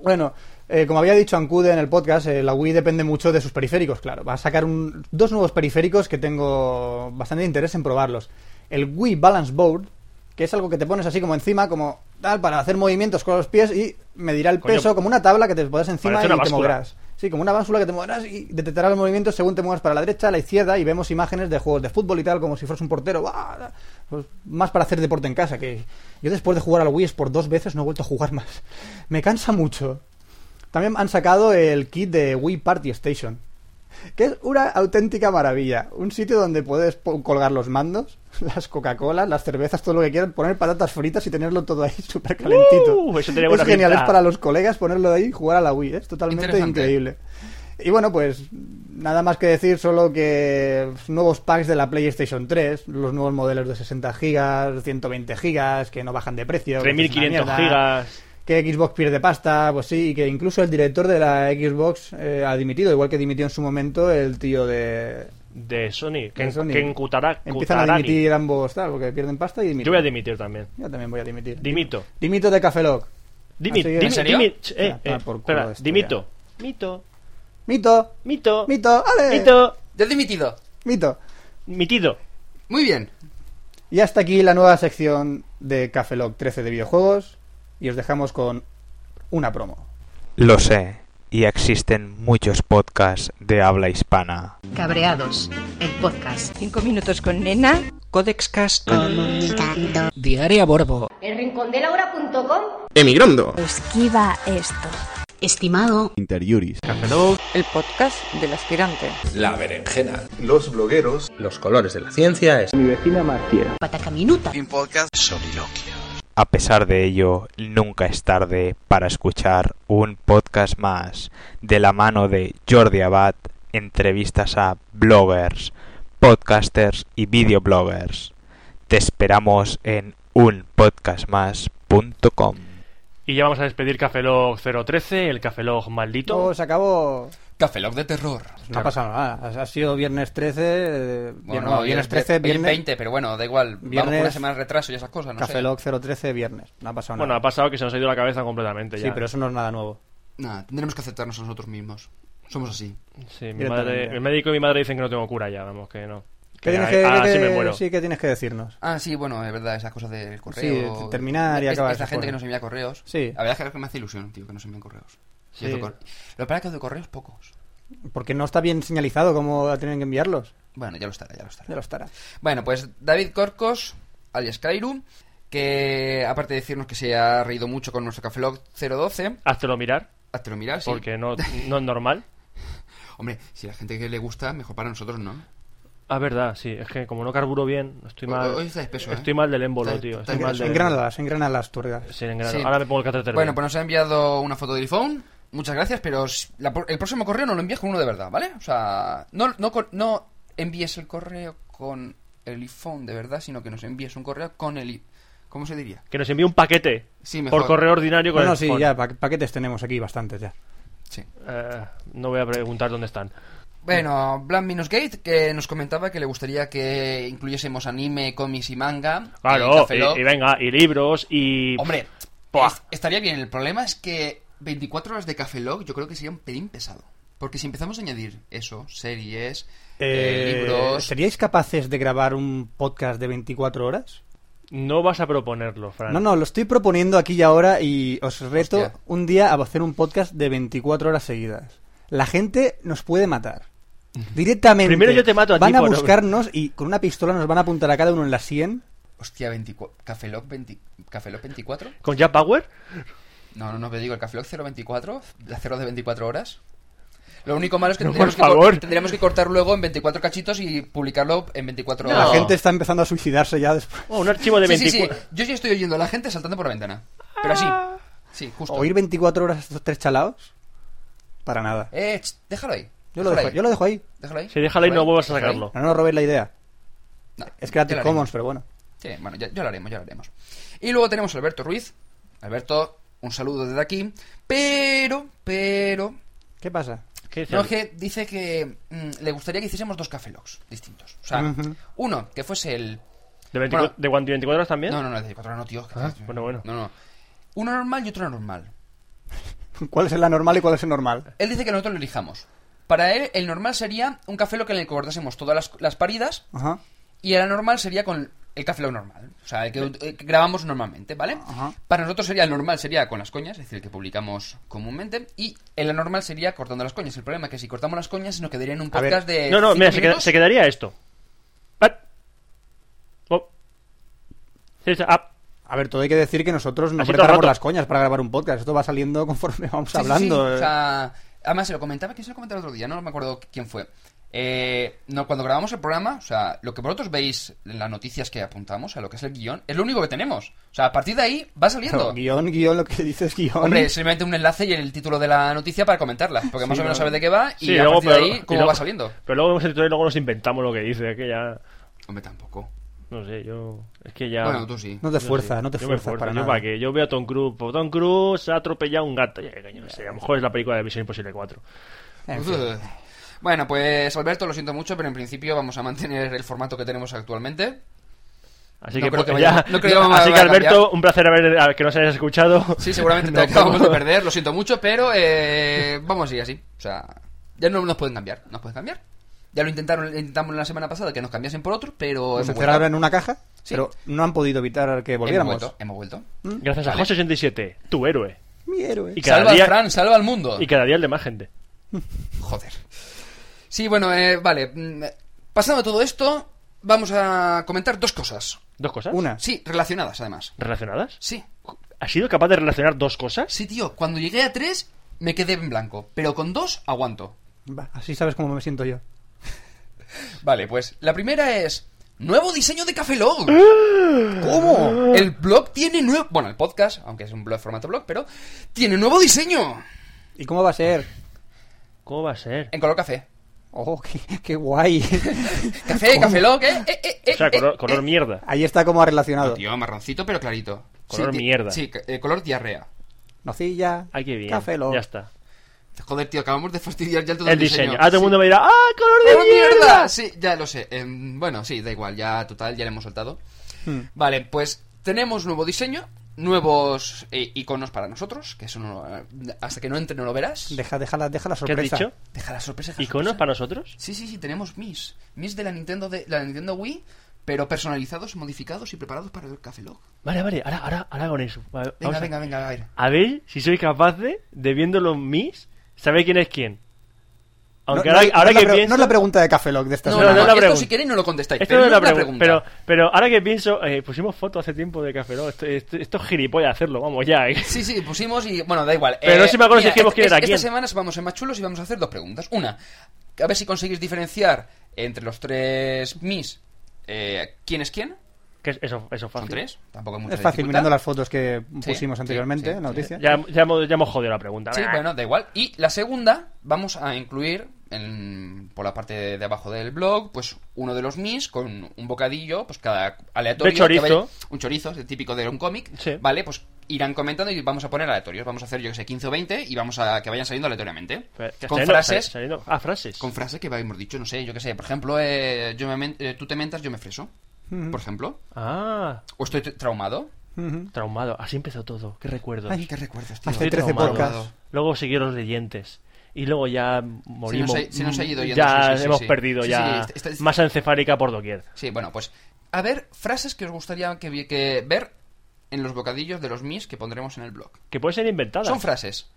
Speaker 1: Bueno, eh, como había dicho Ancude en el podcast, eh, la Wii depende mucho de sus periféricos, claro. Va a sacar un- dos nuevos periféricos que tengo bastante interés en probarlos. El Wii Balance Board, que es algo que te pones así como encima, como tal, para hacer movimientos con los pies y medirá el
Speaker 2: Coño,
Speaker 1: peso como una tabla que te pones encima y
Speaker 2: parece una
Speaker 1: te
Speaker 2: báscula.
Speaker 1: moverás. Sí, como una báscula que te moverás y detectará los movimientos según te muevas para la derecha, la izquierda y vemos imágenes de juegos de fútbol y tal, como si fueras un portero. ¡Buah! Pues más para hacer deporte en casa, que yo después de jugar al Wii por dos veces no he vuelto a jugar más. *laughs* Me cansa mucho. También han sacado el kit de Wii Party Station, que es una auténtica maravilla. Un sitio donde puedes po- colgar los mandos, *laughs* las Coca-Colas, las cervezas, todo lo que quieras, poner patatas fritas y tenerlo todo ahí *laughs* súper calentito.
Speaker 2: Uh, eso tenía
Speaker 1: es
Speaker 2: buena
Speaker 1: genial,
Speaker 2: pinta.
Speaker 1: es para los colegas ponerlo ahí y jugar a la Wii, ¿eh? es totalmente
Speaker 2: Interesante.
Speaker 1: increíble. Y bueno, pues nada más que decir, solo que nuevos packs de la PlayStation 3, los nuevos modelos de 60 GB, 120 GB, que no bajan de precio. que es una
Speaker 2: 3500
Speaker 1: mierda
Speaker 2: gigas.
Speaker 1: que Xbox pierde pasta, pues sí, y que incluso el director de la Xbox eh, ha dimitido, igual que dimitió en su momento el tío de...
Speaker 2: De Sony, que,
Speaker 1: de Sony.
Speaker 2: que en Cutara-
Speaker 1: Empiezan a
Speaker 2: Cutarani.
Speaker 1: dimitir ambos, tal, porque pierden pasta y dimiten.
Speaker 2: Yo voy a dimitir también.
Speaker 1: Yo también voy a dimitir.
Speaker 2: Dimito.
Speaker 1: Dimito de Café Lock.
Speaker 2: Dimi-
Speaker 1: Así que-
Speaker 2: dimi- dimi- eh,
Speaker 1: Ah,
Speaker 2: eh,
Speaker 1: por culo
Speaker 2: espera,
Speaker 1: esto,
Speaker 2: dimito.
Speaker 1: ya.
Speaker 2: Mito.
Speaker 1: Mito.
Speaker 2: Mito.
Speaker 1: Mito. eh. Ale.
Speaker 2: Mito.
Speaker 10: Yo he dimitido.
Speaker 1: Mito.
Speaker 2: Mitido.
Speaker 10: Muy bien.
Speaker 1: Y hasta aquí la nueva sección de Café Lock 13 de videojuegos. Y os dejamos con una promo.
Speaker 17: Lo sé, y existen muchos podcasts de habla hispana.
Speaker 5: Cabreados, el podcast. Cinco minutos con nena. Codex Cast. Comunicando.
Speaker 18: Diaria Borbo.
Speaker 5: El rincón de Laura.com.
Speaker 18: Emigrando.
Speaker 5: Esquiva esto. Estimado.
Speaker 19: Interiuris.
Speaker 5: El podcast del aspirante.
Speaker 18: La berenjena. Los blogueros. Los colores de la ciencia es. Mi vecina Martiera.
Speaker 5: Patacaminuta.
Speaker 18: Un podcast soliloquio.
Speaker 17: A pesar de ello, nunca es tarde para escuchar un podcast más de la mano de Jordi Abad, entrevistas a bloggers, podcasters y videobloggers. Te esperamos en unpodcastmas.com.
Speaker 2: Y ya vamos a despedir Cafelog 013, el Cafelog maldito.
Speaker 1: Oh, se acabó.
Speaker 10: Café Lock de terror.
Speaker 1: No ha pasado nada. Ha sido viernes 13. eh,
Speaker 10: Bueno,
Speaker 1: no,
Speaker 10: hoy
Speaker 1: viernes
Speaker 10: es-
Speaker 1: 13,
Speaker 10: hoy es
Speaker 1: viernes.
Speaker 10: 20, pero bueno, da igual. Vamos con una semana de retraso y esas cosas, no
Speaker 1: Café
Speaker 10: sé.
Speaker 1: Lock 013, viernes. No ha pasado
Speaker 2: Bueno,
Speaker 1: nada.
Speaker 2: ha pasado que se nos ha ido la cabeza completamente.
Speaker 1: Sí,
Speaker 2: ya.
Speaker 1: pero eso no es nada nuevo.
Speaker 10: Nada, tendremos que aceptarnos a nosotros mismos. Somos así.
Speaker 2: Sí, mi madre, el médico y mi madre dicen que no tengo cura ya, vamos, que no.
Speaker 1: ¿Qué tienes
Speaker 2: a-
Speaker 1: que-
Speaker 2: ahora
Speaker 1: qué-
Speaker 2: Ah, sí me muero.
Speaker 1: sí, ¿qué tienes que decirnos?
Speaker 10: Ah, sí, bueno, es verdad, esas cosas del correo.
Speaker 1: Sí, terminar y
Speaker 10: Es-
Speaker 1: acabar
Speaker 10: Esta
Speaker 1: esas
Speaker 10: gente que
Speaker 1: cosas.
Speaker 10: nos envía correos.
Speaker 1: Sí.
Speaker 10: La verdad es que me hace ilusión, tío, que nos envíen correos. Y es
Speaker 1: Sí.
Speaker 10: de cor- Lo que pasa es que de correos pocos.
Speaker 1: Porque no está bien señalizado cómo tienen que enviarlos.
Speaker 10: Bueno, ya lo estará, ya lo estará.
Speaker 1: Ya lo estará.
Speaker 10: Bueno, pues David Corcos, alias Kairu, que aparte de decirnos que se ha reído mucho con nuestro Café Lock 012.
Speaker 2: Háztelo mirar.
Speaker 10: Háztelo mirar, sí.
Speaker 2: Porque no, no es normal.
Speaker 10: Hombre, si a la gente que le gusta, mejor para nosotros, ¿no?
Speaker 2: Ah, verdad, sí. Es que como no carburo bien, estoy
Speaker 10: Hoy-
Speaker 2: mal.
Speaker 10: hoy está espeso, ¿eh?
Speaker 2: Estoy mal del émbolo,
Speaker 10: Está-
Speaker 2: tío.
Speaker 10: está
Speaker 2: Estoy mal
Speaker 10: espeso.
Speaker 2: del-
Speaker 1: Engránalas, engránalas, tuergas.
Speaker 2: Sí, engránalas.
Speaker 10: Sí.
Speaker 2: Ahora me pongo el catéter.
Speaker 10: Bueno,
Speaker 2: bien.
Speaker 10: pues nos ha enviado una foto del iPhone. Muchas gracias, pero s- la pro- el próximo correo no lo envíes con uno de verdad, ¿vale? O sea, no, no, con- no envíes el correo con el iPhone de verdad, sino que nos envíes un correo con el... i- ¿Cómo se diría?
Speaker 2: Que nos envíe un paquete.
Speaker 10: Sí, mejor.
Speaker 2: Por correo ordinario con
Speaker 1: No, no,
Speaker 2: el
Speaker 1: sí,
Speaker 2: phone.
Speaker 1: ya, pa- paquetes tenemos aquí bastantes ya.
Speaker 2: Eh, no voy a preguntar dónde están.
Speaker 10: Bueno, Bland Minus Gate, que nos comentaba que le gustaría que incluyésemos anime, cómics y manga. en
Speaker 2: Claro,
Speaker 10: Café Lock.
Speaker 2: oh, y, y venga, y libros, y.
Speaker 10: Hombre,
Speaker 2: Buah.
Speaker 10: es- estaría bien. El problema es que 24 horas de Café Log yo creo que sería un pelín pesado. Porque si empezamos a añadir eso, series, eh,
Speaker 1: Eh,
Speaker 10: libros...
Speaker 1: ¿Seríais capaces de grabar un podcast de 24 horas?
Speaker 2: No vas a proponerlo, Fran.
Speaker 1: No, no, lo estoy proponiendo aquí y ahora y os reto
Speaker 2: Hostia.
Speaker 1: un día a hacer un podcast de 24 horas seguidas. La gente nos puede
Speaker 2: *laughs*
Speaker 1: matar. Directamente.
Speaker 2: Primero yo te mato a ti
Speaker 1: Van a
Speaker 2: por-
Speaker 1: buscarnos y con una pistola nos van a apuntar a cada uno en la sien.
Speaker 10: Hostia, 24... Café Lock 20 Café Lock 24?
Speaker 2: ¿Con ya Power?
Speaker 10: No, no, no, pero digo, el Café Lock 024, la 0 de 24 horas. Lo único malo es que,
Speaker 2: No,
Speaker 10: tendríamos,
Speaker 2: por
Speaker 10: que cor-
Speaker 2: favor.
Speaker 10: tendríamos que cortar luego en 24 cachitos y publicarlo en 24 horas.
Speaker 1: La gente está empezando a suicidarse ya después.
Speaker 2: Oh, un archivo de
Speaker 10: Sí, sí,
Speaker 2: 24.
Speaker 10: sí. Yo sí estoy oyendo a la gente saltando por la ventana. Pero así. Sí, justo.
Speaker 1: ¿Oír 24 horas a estos tres chalados? Para nada.
Speaker 10: Eh, ch, déjalo ahí.
Speaker 1: Yo lo
Speaker 10: déjalo
Speaker 1: dejo,
Speaker 10: ahí.
Speaker 1: yo lo dejo ahí.
Speaker 10: Déjalo ahí.
Speaker 2: Sí, déjalo y no
Speaker 10: Déjalo
Speaker 2: vuelvas a
Speaker 10: déjalo ahí.
Speaker 2: sacarlo.
Speaker 1: No, no robéis la idea. es Creative
Speaker 10: ya lo
Speaker 1: Commons,
Speaker 10: haremos.
Speaker 1: pero bueno.
Speaker 10: Sí, bueno, ya, ya lo haremos, ya lo haremos. Y luego tenemos a Alberto Ruiz. Alberto, un saludo desde aquí. Pero, pero.
Speaker 1: ¿Qué pasa? *laughs*
Speaker 2: ¿Qué
Speaker 10: No, es que dice que mm, le gustaría que hiciésemos dos Café Logs distintos. O sea,
Speaker 2: Ujú.
Speaker 10: uno que fuese el.
Speaker 2: ¿De, 24
Speaker 10: Bueno,
Speaker 2: de 24 horas también?
Speaker 10: No, no, no, de 24 horas no, tío.
Speaker 2: ¿Eh? Ah, bueno, bueno.
Speaker 10: No, no. Uno normal y otro normal.
Speaker 1: ¿Cuál es el anormal y cuál es el normal?
Speaker 10: Él dice que nosotros lo elijamos. Para él, el normal sería un Café Log en el que guardásemos todas las, las paridas.
Speaker 1: Ajá.
Speaker 10: Y el anormal sería con el Café Lock normal. O sea, el que, el que grabamos normalmente, ¿vale? Para nosotros sería el normal, sería con las coñas, es decir, el que publicamos comúnmente. Y el anormal sería cortando las coñas. El problema es que si cortamos las coñas nos quedaría en un
Speaker 2: A ver.
Speaker 10: podcast de.
Speaker 2: No, no,
Speaker 10: eh, cinco
Speaker 2: mira, se, queda-
Speaker 10: minutos.
Speaker 2: se quedaría esto. Ah. Oh. Sí, sí, ah.
Speaker 1: A ver, todo hay que decir que nosotros no
Speaker 2: Así todo el
Speaker 1: apretamos
Speaker 2: rato.
Speaker 1: las coñas para grabar un podcast. Esto va saliendo conforme vamos
Speaker 10: Sí, sí,
Speaker 1: hablando.
Speaker 10: sí. O
Speaker 1: eh.
Speaker 10: sea, además se lo comentaba, ¿quién se lo comentaba el otro día? No me acuerdo quién fue. Eh, no, cuando grabamos el programa, o sea, lo que vosotros veis en las noticias que apuntamos, a lo que es el guión, es lo único que tenemos. O sea, a partir de ahí va saliendo.
Speaker 1: Pero *laughs* guión, guión, lo que dices guión.
Speaker 10: Hombre, simplemente un enlace y el título de la noticia para comentarla, porque más
Speaker 2: Sí,
Speaker 10: o
Speaker 2: no.
Speaker 10: menos sabes de qué va y
Speaker 2: Sí,
Speaker 10: a
Speaker 2: luego,
Speaker 10: partir
Speaker 2: pero-
Speaker 10: de ahí
Speaker 2: y
Speaker 10: cómo
Speaker 2: luego-
Speaker 10: va saliendo.
Speaker 2: Pero luego vemos el tutorial y luego nos inventamos lo que dice, es que ya...
Speaker 10: Hombre, tampoco.
Speaker 2: No sé, yo... Es que ya...
Speaker 10: Bueno, tú sí.
Speaker 1: No te
Speaker 2: Yo
Speaker 1: fuerzas, no te
Speaker 2: Yo me
Speaker 1: fuerzas
Speaker 2: esfuerzo,
Speaker 1: para
Speaker 2: yo
Speaker 1: nada.
Speaker 2: para qué, Yo veo a Tom Cruise. pues, Tom Cruise ha atropellado un gato. Ya, coño, no sé, a lo mejor es la película de Misión Imposible 4.
Speaker 1: En
Speaker 10: Uf. Bueno, pues Alberto, lo siento mucho, pero en principio vamos a mantener el formato que tenemos actualmente.
Speaker 2: Así
Speaker 10: No
Speaker 2: que,
Speaker 10: creo
Speaker 2: pues,
Speaker 10: vaya-
Speaker 2: ya-
Speaker 10: no creo vamos a-
Speaker 2: así que
Speaker 10: vaya a
Speaker 2: Alberto,
Speaker 10: cambiar.
Speaker 2: un placer haber, a- que nos hayas escuchado.
Speaker 10: *laughs* Sí, seguramente te
Speaker 2: No,
Speaker 10: acabamos de
Speaker 2: pero-
Speaker 10: perder, lo siento mucho, pero eh, vamos a ir así. O sea, ya no nos pueden cambiar, nos pueden cambiar. Ya lo intentaron, intentamos la semana pasada que nos cambiasen por otro,
Speaker 2: Pues
Speaker 10: pero
Speaker 1: Nos
Speaker 10: hemos
Speaker 1: encerraron
Speaker 10: vuelto.
Speaker 1: en una caja,
Speaker 10: Sí.
Speaker 1: pero no han podido evitar que
Speaker 10: hemos
Speaker 1: volviéramos.
Speaker 10: vuelto, hemos vuelto.
Speaker 2: Gracias a
Speaker 10: Vale.
Speaker 2: José87, tu héroe.
Speaker 1: Mi héroe.
Speaker 2: Y cada
Speaker 10: salva
Speaker 2: día-
Speaker 10: a Fran, salva al mundo.
Speaker 2: Y cada día el de más gente.
Speaker 10: Joder. Sí, bueno, eh, vale. mm, Pasando todo esto, vamos a comentar dos cosas.
Speaker 2: ¿Dos cosas?
Speaker 10: Sí, relacionadas además.
Speaker 2: ¿Relacionadas?
Speaker 10: Sí.
Speaker 2: ¿Has sido capaz de relacionar dos cosas?
Speaker 10: Sí, tío, cuando llegué a tres me quedé en blanco, pero con dos aguanto.
Speaker 1: Va, Así sabes cómo me siento yo.
Speaker 10: Vale, pues la primera es nuevo diseño de Café Log.
Speaker 2: *gasps*
Speaker 10: ¿Cómo? El blog tiene nuevo, bueno, el podcast, aunque es un blog formato blog, pero tiene nuevo diseño
Speaker 1: ¿Y cómo va a ser?
Speaker 2: ¿Cómo va a ser?
Speaker 10: en color café.
Speaker 1: Oh, qué, qué
Speaker 10: *laughs*
Speaker 1: guay.
Speaker 2: *laughs*
Speaker 10: Café,
Speaker 1: ¿Cómo?
Speaker 10: Café Log, eh, eh, eh, eh,
Speaker 2: O sea,
Speaker 10: eh.
Speaker 2: color, color mierda.
Speaker 1: Ahí está como relacionado.
Speaker 10: No, tío, marroncito pero clarito.
Speaker 2: Color
Speaker 10: Sí, ti-
Speaker 2: mierda.
Speaker 10: Sí, ca- eh, color diarrea.
Speaker 1: Nocilla.
Speaker 2: Ay, qué bien.
Speaker 1: Café Lock.
Speaker 2: Ya está.
Speaker 10: Joder, tío, acabamos de fastidiar ya todo
Speaker 2: El diseño. Ah, todo el
Speaker 10: Sí.
Speaker 2: mundo me dirá, ¡ah, color de
Speaker 10: ¡Color
Speaker 2: mierda!
Speaker 10: ¡Oh, Sí, ya lo sé. Em, bueno, sí, da igual, ya total, ya le hemos soltado.
Speaker 1: Hmm.
Speaker 10: Vale, pues tenemos nuevo diseño, nuevos eh, iconos para nosotros, que eso no- eh, hasta que no entre no lo verás.
Speaker 1: Deja, deja, la, deja la
Speaker 2: ¿Qué has
Speaker 1: sorpresa.
Speaker 2: dicho?
Speaker 10: Deja la sorpresa. deja la
Speaker 2: ¿Iconos
Speaker 10: sorpresa.
Speaker 2: para nosotros?
Speaker 10: Sí, sí, sí, tenemos Mis. Mis de la Nintendo de la Nintendo Wii, pero personalizados, modificados y preparados para el Café Log.
Speaker 2: Vale, vale, ahora, ahora, ahora con eso. Vale,
Speaker 10: Venga,
Speaker 2: vamos a-
Speaker 10: venga, venga, a ver.
Speaker 2: A ver si soy capaz de, de viendo los mis, saber quién es quién. Aunque
Speaker 1: No-
Speaker 2: ahora,
Speaker 1: no-
Speaker 2: ahora
Speaker 1: no es la
Speaker 2: que
Speaker 1: pre-
Speaker 2: pienso...
Speaker 1: No es la pregunta de Café Lock de esta
Speaker 10: No,
Speaker 1: semana.
Speaker 10: no,
Speaker 2: es la
Speaker 10: esto
Speaker 2: pregunta.
Speaker 10: si queréis no lo contestáis,
Speaker 2: Esto
Speaker 10: pero
Speaker 2: no es la
Speaker 10: pregunta.
Speaker 2: pregunta. Pero, pero ahora que pienso, eh, pusimos fotos hace tiempo de Café Lock. Esto, esto- esto es gilipollas hacerlo, vamos ya. eh. *laughs*
Speaker 10: Sí, sí, pusimos y bueno, da igual. Eh,
Speaker 2: Pero no sé si me acuerdo si dijimos
Speaker 10: es-
Speaker 2: quién era
Speaker 10: es-
Speaker 2: quién.
Speaker 10: este, Esta semana vamos en más chulos y vamos a hacer dos preguntas. Una, a ver si conseguís diferenciar entre los tres mis eh, quién es quién.
Speaker 2: Que es- eso, eso es
Speaker 10: Son
Speaker 2: fácil.
Speaker 10: tres, tampoco hay mucha
Speaker 1: Es fácil,
Speaker 10: dificultad.
Speaker 1: mirando las fotos que
Speaker 10: Sí,
Speaker 1: pusimos
Speaker 10: sí,
Speaker 1: anteriormente
Speaker 10: sí,
Speaker 1: en la noticia.
Speaker 2: Ya, ya, hemos, ya hemos jodido la pregunta.
Speaker 10: Sí,
Speaker 2: Bah.
Speaker 10: bueno, da igual. Y la segunda, vamos a incluir en- por la parte de, de abajo del blog, pues uno de los mis con un bocadillo, pues cada aleatorio.
Speaker 2: De chorizo.
Speaker 10: que vaya- un chorizo, el típico de un cómic.
Speaker 2: Sí.
Speaker 10: Vale, pues irán comentando y vamos a poner aleatorios. Vamos a hacer, yo que sé, 15 o 20 y vamos a que vayan saliendo aleatoriamente.
Speaker 2: Pero, que
Speaker 10: Con
Speaker 2: saliendo-
Speaker 10: frases.
Speaker 2: saliendo- ah, frases.
Speaker 10: Con frases que habíamos dicho, no sé, yo que sé. Por ejemplo, eh, yo me men- eh, tú te mentas, yo me freso.
Speaker 1: Ujú.
Speaker 10: Por ejemplo.
Speaker 2: Ah,
Speaker 10: O estoy t- traumado.
Speaker 1: Ujú.
Speaker 2: traumado. Así empezó todo. Qué recuerdos.
Speaker 1: Ay,
Speaker 10: ¿Qué recuerdas, tío?
Speaker 1: Hace
Speaker 2: Estoy
Speaker 1: 13
Speaker 2: traumado.
Speaker 1: podcasts.
Speaker 2: Luego siguieron los leyentes. Y luego ya morimos.
Speaker 10: ha- se nos ha ido yendo,
Speaker 2: ya
Speaker 10: sí, sí, sí,
Speaker 2: hemos
Speaker 10: sí.
Speaker 2: perdido
Speaker 10: Sí,
Speaker 2: ya
Speaker 10: sí, está- está-
Speaker 2: masa encefálica por doquier.
Speaker 10: Sí, bueno, pues a ver frases que os gustaría que, vi- que ver en los bocadillos de los mis que pondremos en el blog.
Speaker 2: Que puede ser inventada.
Speaker 10: Son frases.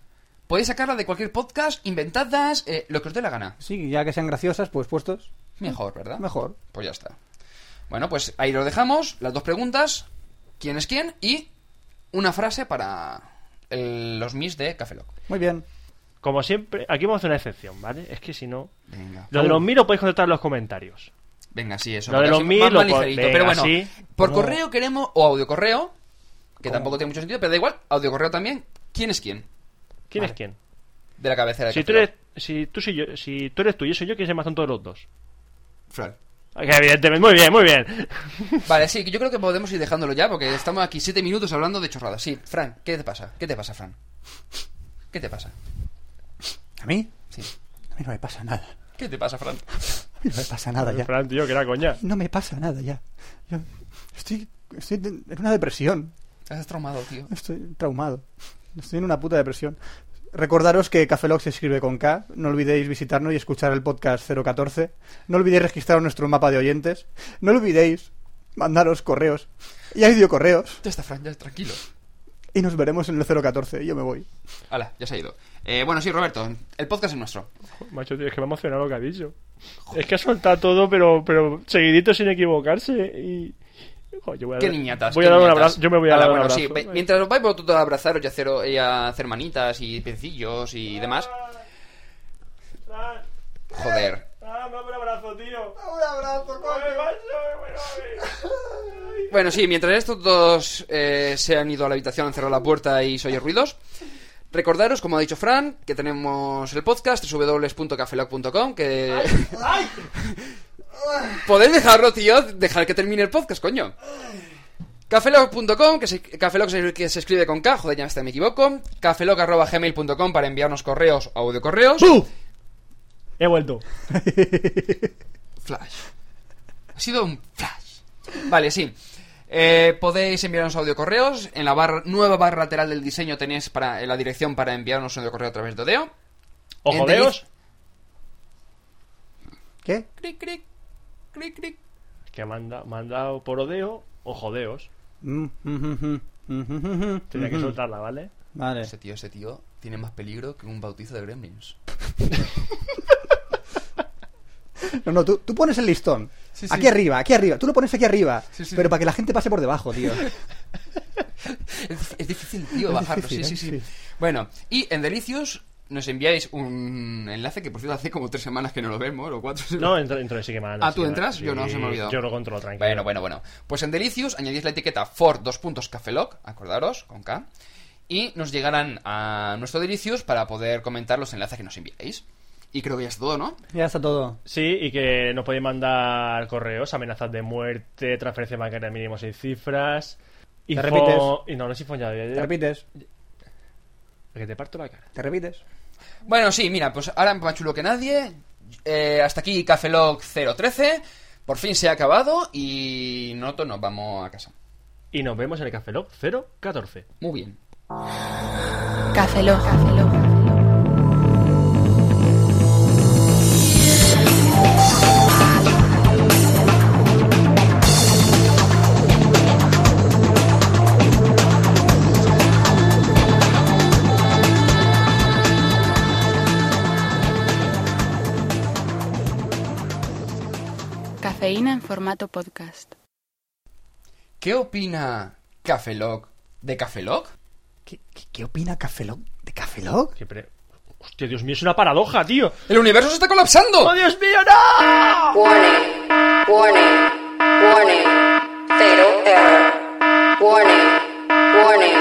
Speaker 10: Podéis sacarlas de cualquier podcast, inventadas, eh, lo que os dé la gana.
Speaker 1: Sí, ya que sean graciosas, pues puestos.
Speaker 10: Mejor, ¿verdad?
Speaker 1: Mejor.
Speaker 10: Pues ya está. Bueno, pues ahí lo dejamos. Las dos preguntas. ¿Quién es quién? Y una frase para el- los mis de Café Lock.
Speaker 1: Muy bien.
Speaker 2: Como siempre, aquí vamos a hacer una excepción, ¿vale? Es que si no.
Speaker 10: Venga.
Speaker 2: Lo de los mil lo podéis contestar en los comentarios.
Speaker 10: Venga, sí, eso.
Speaker 2: Lo de
Speaker 10: porque
Speaker 2: los
Speaker 10: así
Speaker 2: mil
Speaker 10: más-
Speaker 2: lo
Speaker 10: más
Speaker 2: po-
Speaker 10: ligerito.
Speaker 2: venga,
Speaker 10: Pero bueno,
Speaker 2: sí. Oh.
Speaker 10: por
Speaker 2: Como-
Speaker 10: correo queremos, o audio correo, que tampoco tiene mucho sentido, pero da igual, audio correo también. ¿Quién es quién?
Speaker 2: ¿Quién
Speaker 10: Vale.
Speaker 2: es quién?
Speaker 10: De la cabecera de
Speaker 2: Si
Speaker 10: Café
Speaker 2: tú, eres, si, tú, soy yo, si tú eres tú y yo soy yo, ¿quién es más tonto de los dos?
Speaker 10: Lock. Fran.
Speaker 2: Ok, evidentemente, muy bien, muy bien.
Speaker 10: Vale, sí, yo creo que podemos ir dejándolo ya porque estamos aquí siete minutos hablando de chorradas. Sí, Fran, ¿qué te pasa? ¿Qué te pasa, Fran? ¿Qué te pasa?
Speaker 1: ¿A mí?
Speaker 10: Sí.
Speaker 1: A mí no me pasa nada.
Speaker 10: ¿Qué te pasa, Fran?
Speaker 1: A mí no me pasa nada
Speaker 10: *laughs*
Speaker 1: ya.
Speaker 2: *laughs* Fran, tío, que era coña.
Speaker 1: No me pasa nada ya. Yo estoy, estoy en una depresión.
Speaker 10: Estás traumado, tío.
Speaker 1: Estoy traumado. Estoy en una puta depresión. Recordaros que Cafelox se escribe con K. No olvidéis visitarnos y escuchar el podcast 014. No olvidéis registrar nuestro mapa de oyentes. No olvidéis mandaros correos. Y hay correos.
Speaker 10: Ya está, Fran, ya tranquilo.
Speaker 1: Y nos veremos en el 014. Yo me voy.
Speaker 10: Hala, ya se ha ido. Eh, bueno, sí, Roberto, el podcast es nuestro.
Speaker 2: Macho, tío, es que me ha emocionado lo que ha dicho. Es que ha soltado todo, pero, pero seguidito sin equivocarse. Y. Joder, yo voy a
Speaker 10: Qué
Speaker 2: dar-
Speaker 10: niñatas.
Speaker 2: Voy
Speaker 10: qué
Speaker 2: a dar un
Speaker 10: niñatas.
Speaker 2: abrazo. Yo me voy a
Speaker 10: Hala,
Speaker 2: dar un
Speaker 10: bueno,
Speaker 2: abrazo. eh.
Speaker 10: sí, ve- mientras os vais vosotros a abrazaros y a hacer, y a hacer manitas y piecillos y demás. Joder.
Speaker 2: un Ah, abrazo, tío.
Speaker 1: Un abrazo,
Speaker 10: Bueno, sí, mientras estos dos eh, se han ido a la habitación, han cerrado la puerta y se oyen ruidos. Recordaros, como ha dicho Fran, que tenemos el podcast www.cafelog.com que... *laughs* Podéis dejarlo, tío, dejar que termine el podcast, coño. Cafelog.com, que se, cafelog se- que se escribe con K, joder, ya hasta me equivoco. Cafelog.gmail.com para enviarnos correos o audiocorreos.
Speaker 2: He vuelto.
Speaker 10: Flash. Ha sido un flash. Vale, sí. Eh, podéis enviarnos audio correos. En la barra- nueva barra lateral del diseño tenéis para, en la dirección para enviarnos audio correo a través de Odeo.
Speaker 2: Ojo,
Speaker 10: En Deliz-
Speaker 2: deos.
Speaker 1: ¿Qué?
Speaker 10: Cric, cric, cric, cric.
Speaker 2: Que manda, mandado por odeo. Ojo, deos.
Speaker 1: Mm,
Speaker 2: Tenía
Speaker 1: Tenía
Speaker 2: que soltarla, ¿vale?
Speaker 1: mm. Vale.
Speaker 10: Ese tío, ese tío tiene más peligro que un bautizo de gremlins.
Speaker 1: No, no, tú, tú pones el listón.
Speaker 10: Sí, sí.
Speaker 1: Aquí arriba, aquí arriba. Tú lo pones aquí arriba.
Speaker 10: Sí, sí.
Speaker 1: Pero para que la gente pase por debajo,
Speaker 10: *laughs*
Speaker 1: tío.
Speaker 10: Es, es difícil,
Speaker 1: *laughs*
Speaker 10: tío,
Speaker 1: Es
Speaker 10: bajarlo.
Speaker 1: difícil,
Speaker 10: sí, sí,
Speaker 1: ¿eh?
Speaker 10: sí, Bueno, y en Delicios nos enviáis un enlace que por cierto hace como tres semanas que no lo vemos, o cuatro.
Speaker 2: No, entro, entro de semana.
Speaker 10: Ah, ¿tú entras? Yo no, se me ha olvidado.
Speaker 2: Yo lo controlo tranquilo.
Speaker 10: Bueno, bueno, bueno. Pues en Delicious añadís la etiqueta for dos puntos cafeloc, acordaros, con K, y nos llegarán a nuestro Delicious para poder comentar los enlaces que nos enviáis. Y creo que ya es todo, ¿no?
Speaker 1: Ya está todo.
Speaker 2: Sí, y que nos podéis mandar correos, amenazas de muerte, transferencia bancaria mínimo sin cifras.
Speaker 1: Te
Speaker 2: info-
Speaker 1: repites.
Speaker 2: Y no, no es info ya, ya- ya-
Speaker 1: Te repites,
Speaker 2: Que te parto la cara.
Speaker 1: te repites.
Speaker 10: Bueno, sí, mira, pues ahora más chulo que nadie. Eh, hasta aquí cafeloc 013. Por fin se ha acabado y nosotros nos vamos a casa.
Speaker 2: Y nos vemos en el Café Lock 014.
Speaker 10: Muy bien.
Speaker 6: Café Lock.
Speaker 19: Cafeína en formato podcast.
Speaker 10: ¿Qué opina Cafeloc de Cafeloc?
Speaker 1: ¿Qué, qué opina Cafeloc de Cafeloc?
Speaker 2: Que pre- Hostia, Dios mío, es una paradoja, tío.
Speaker 10: ¡El universo se está colapsando!
Speaker 2: ¡Oh, Dios mío, no!
Speaker 6: Warning, warning, warning. Fatal error. Warning, warning,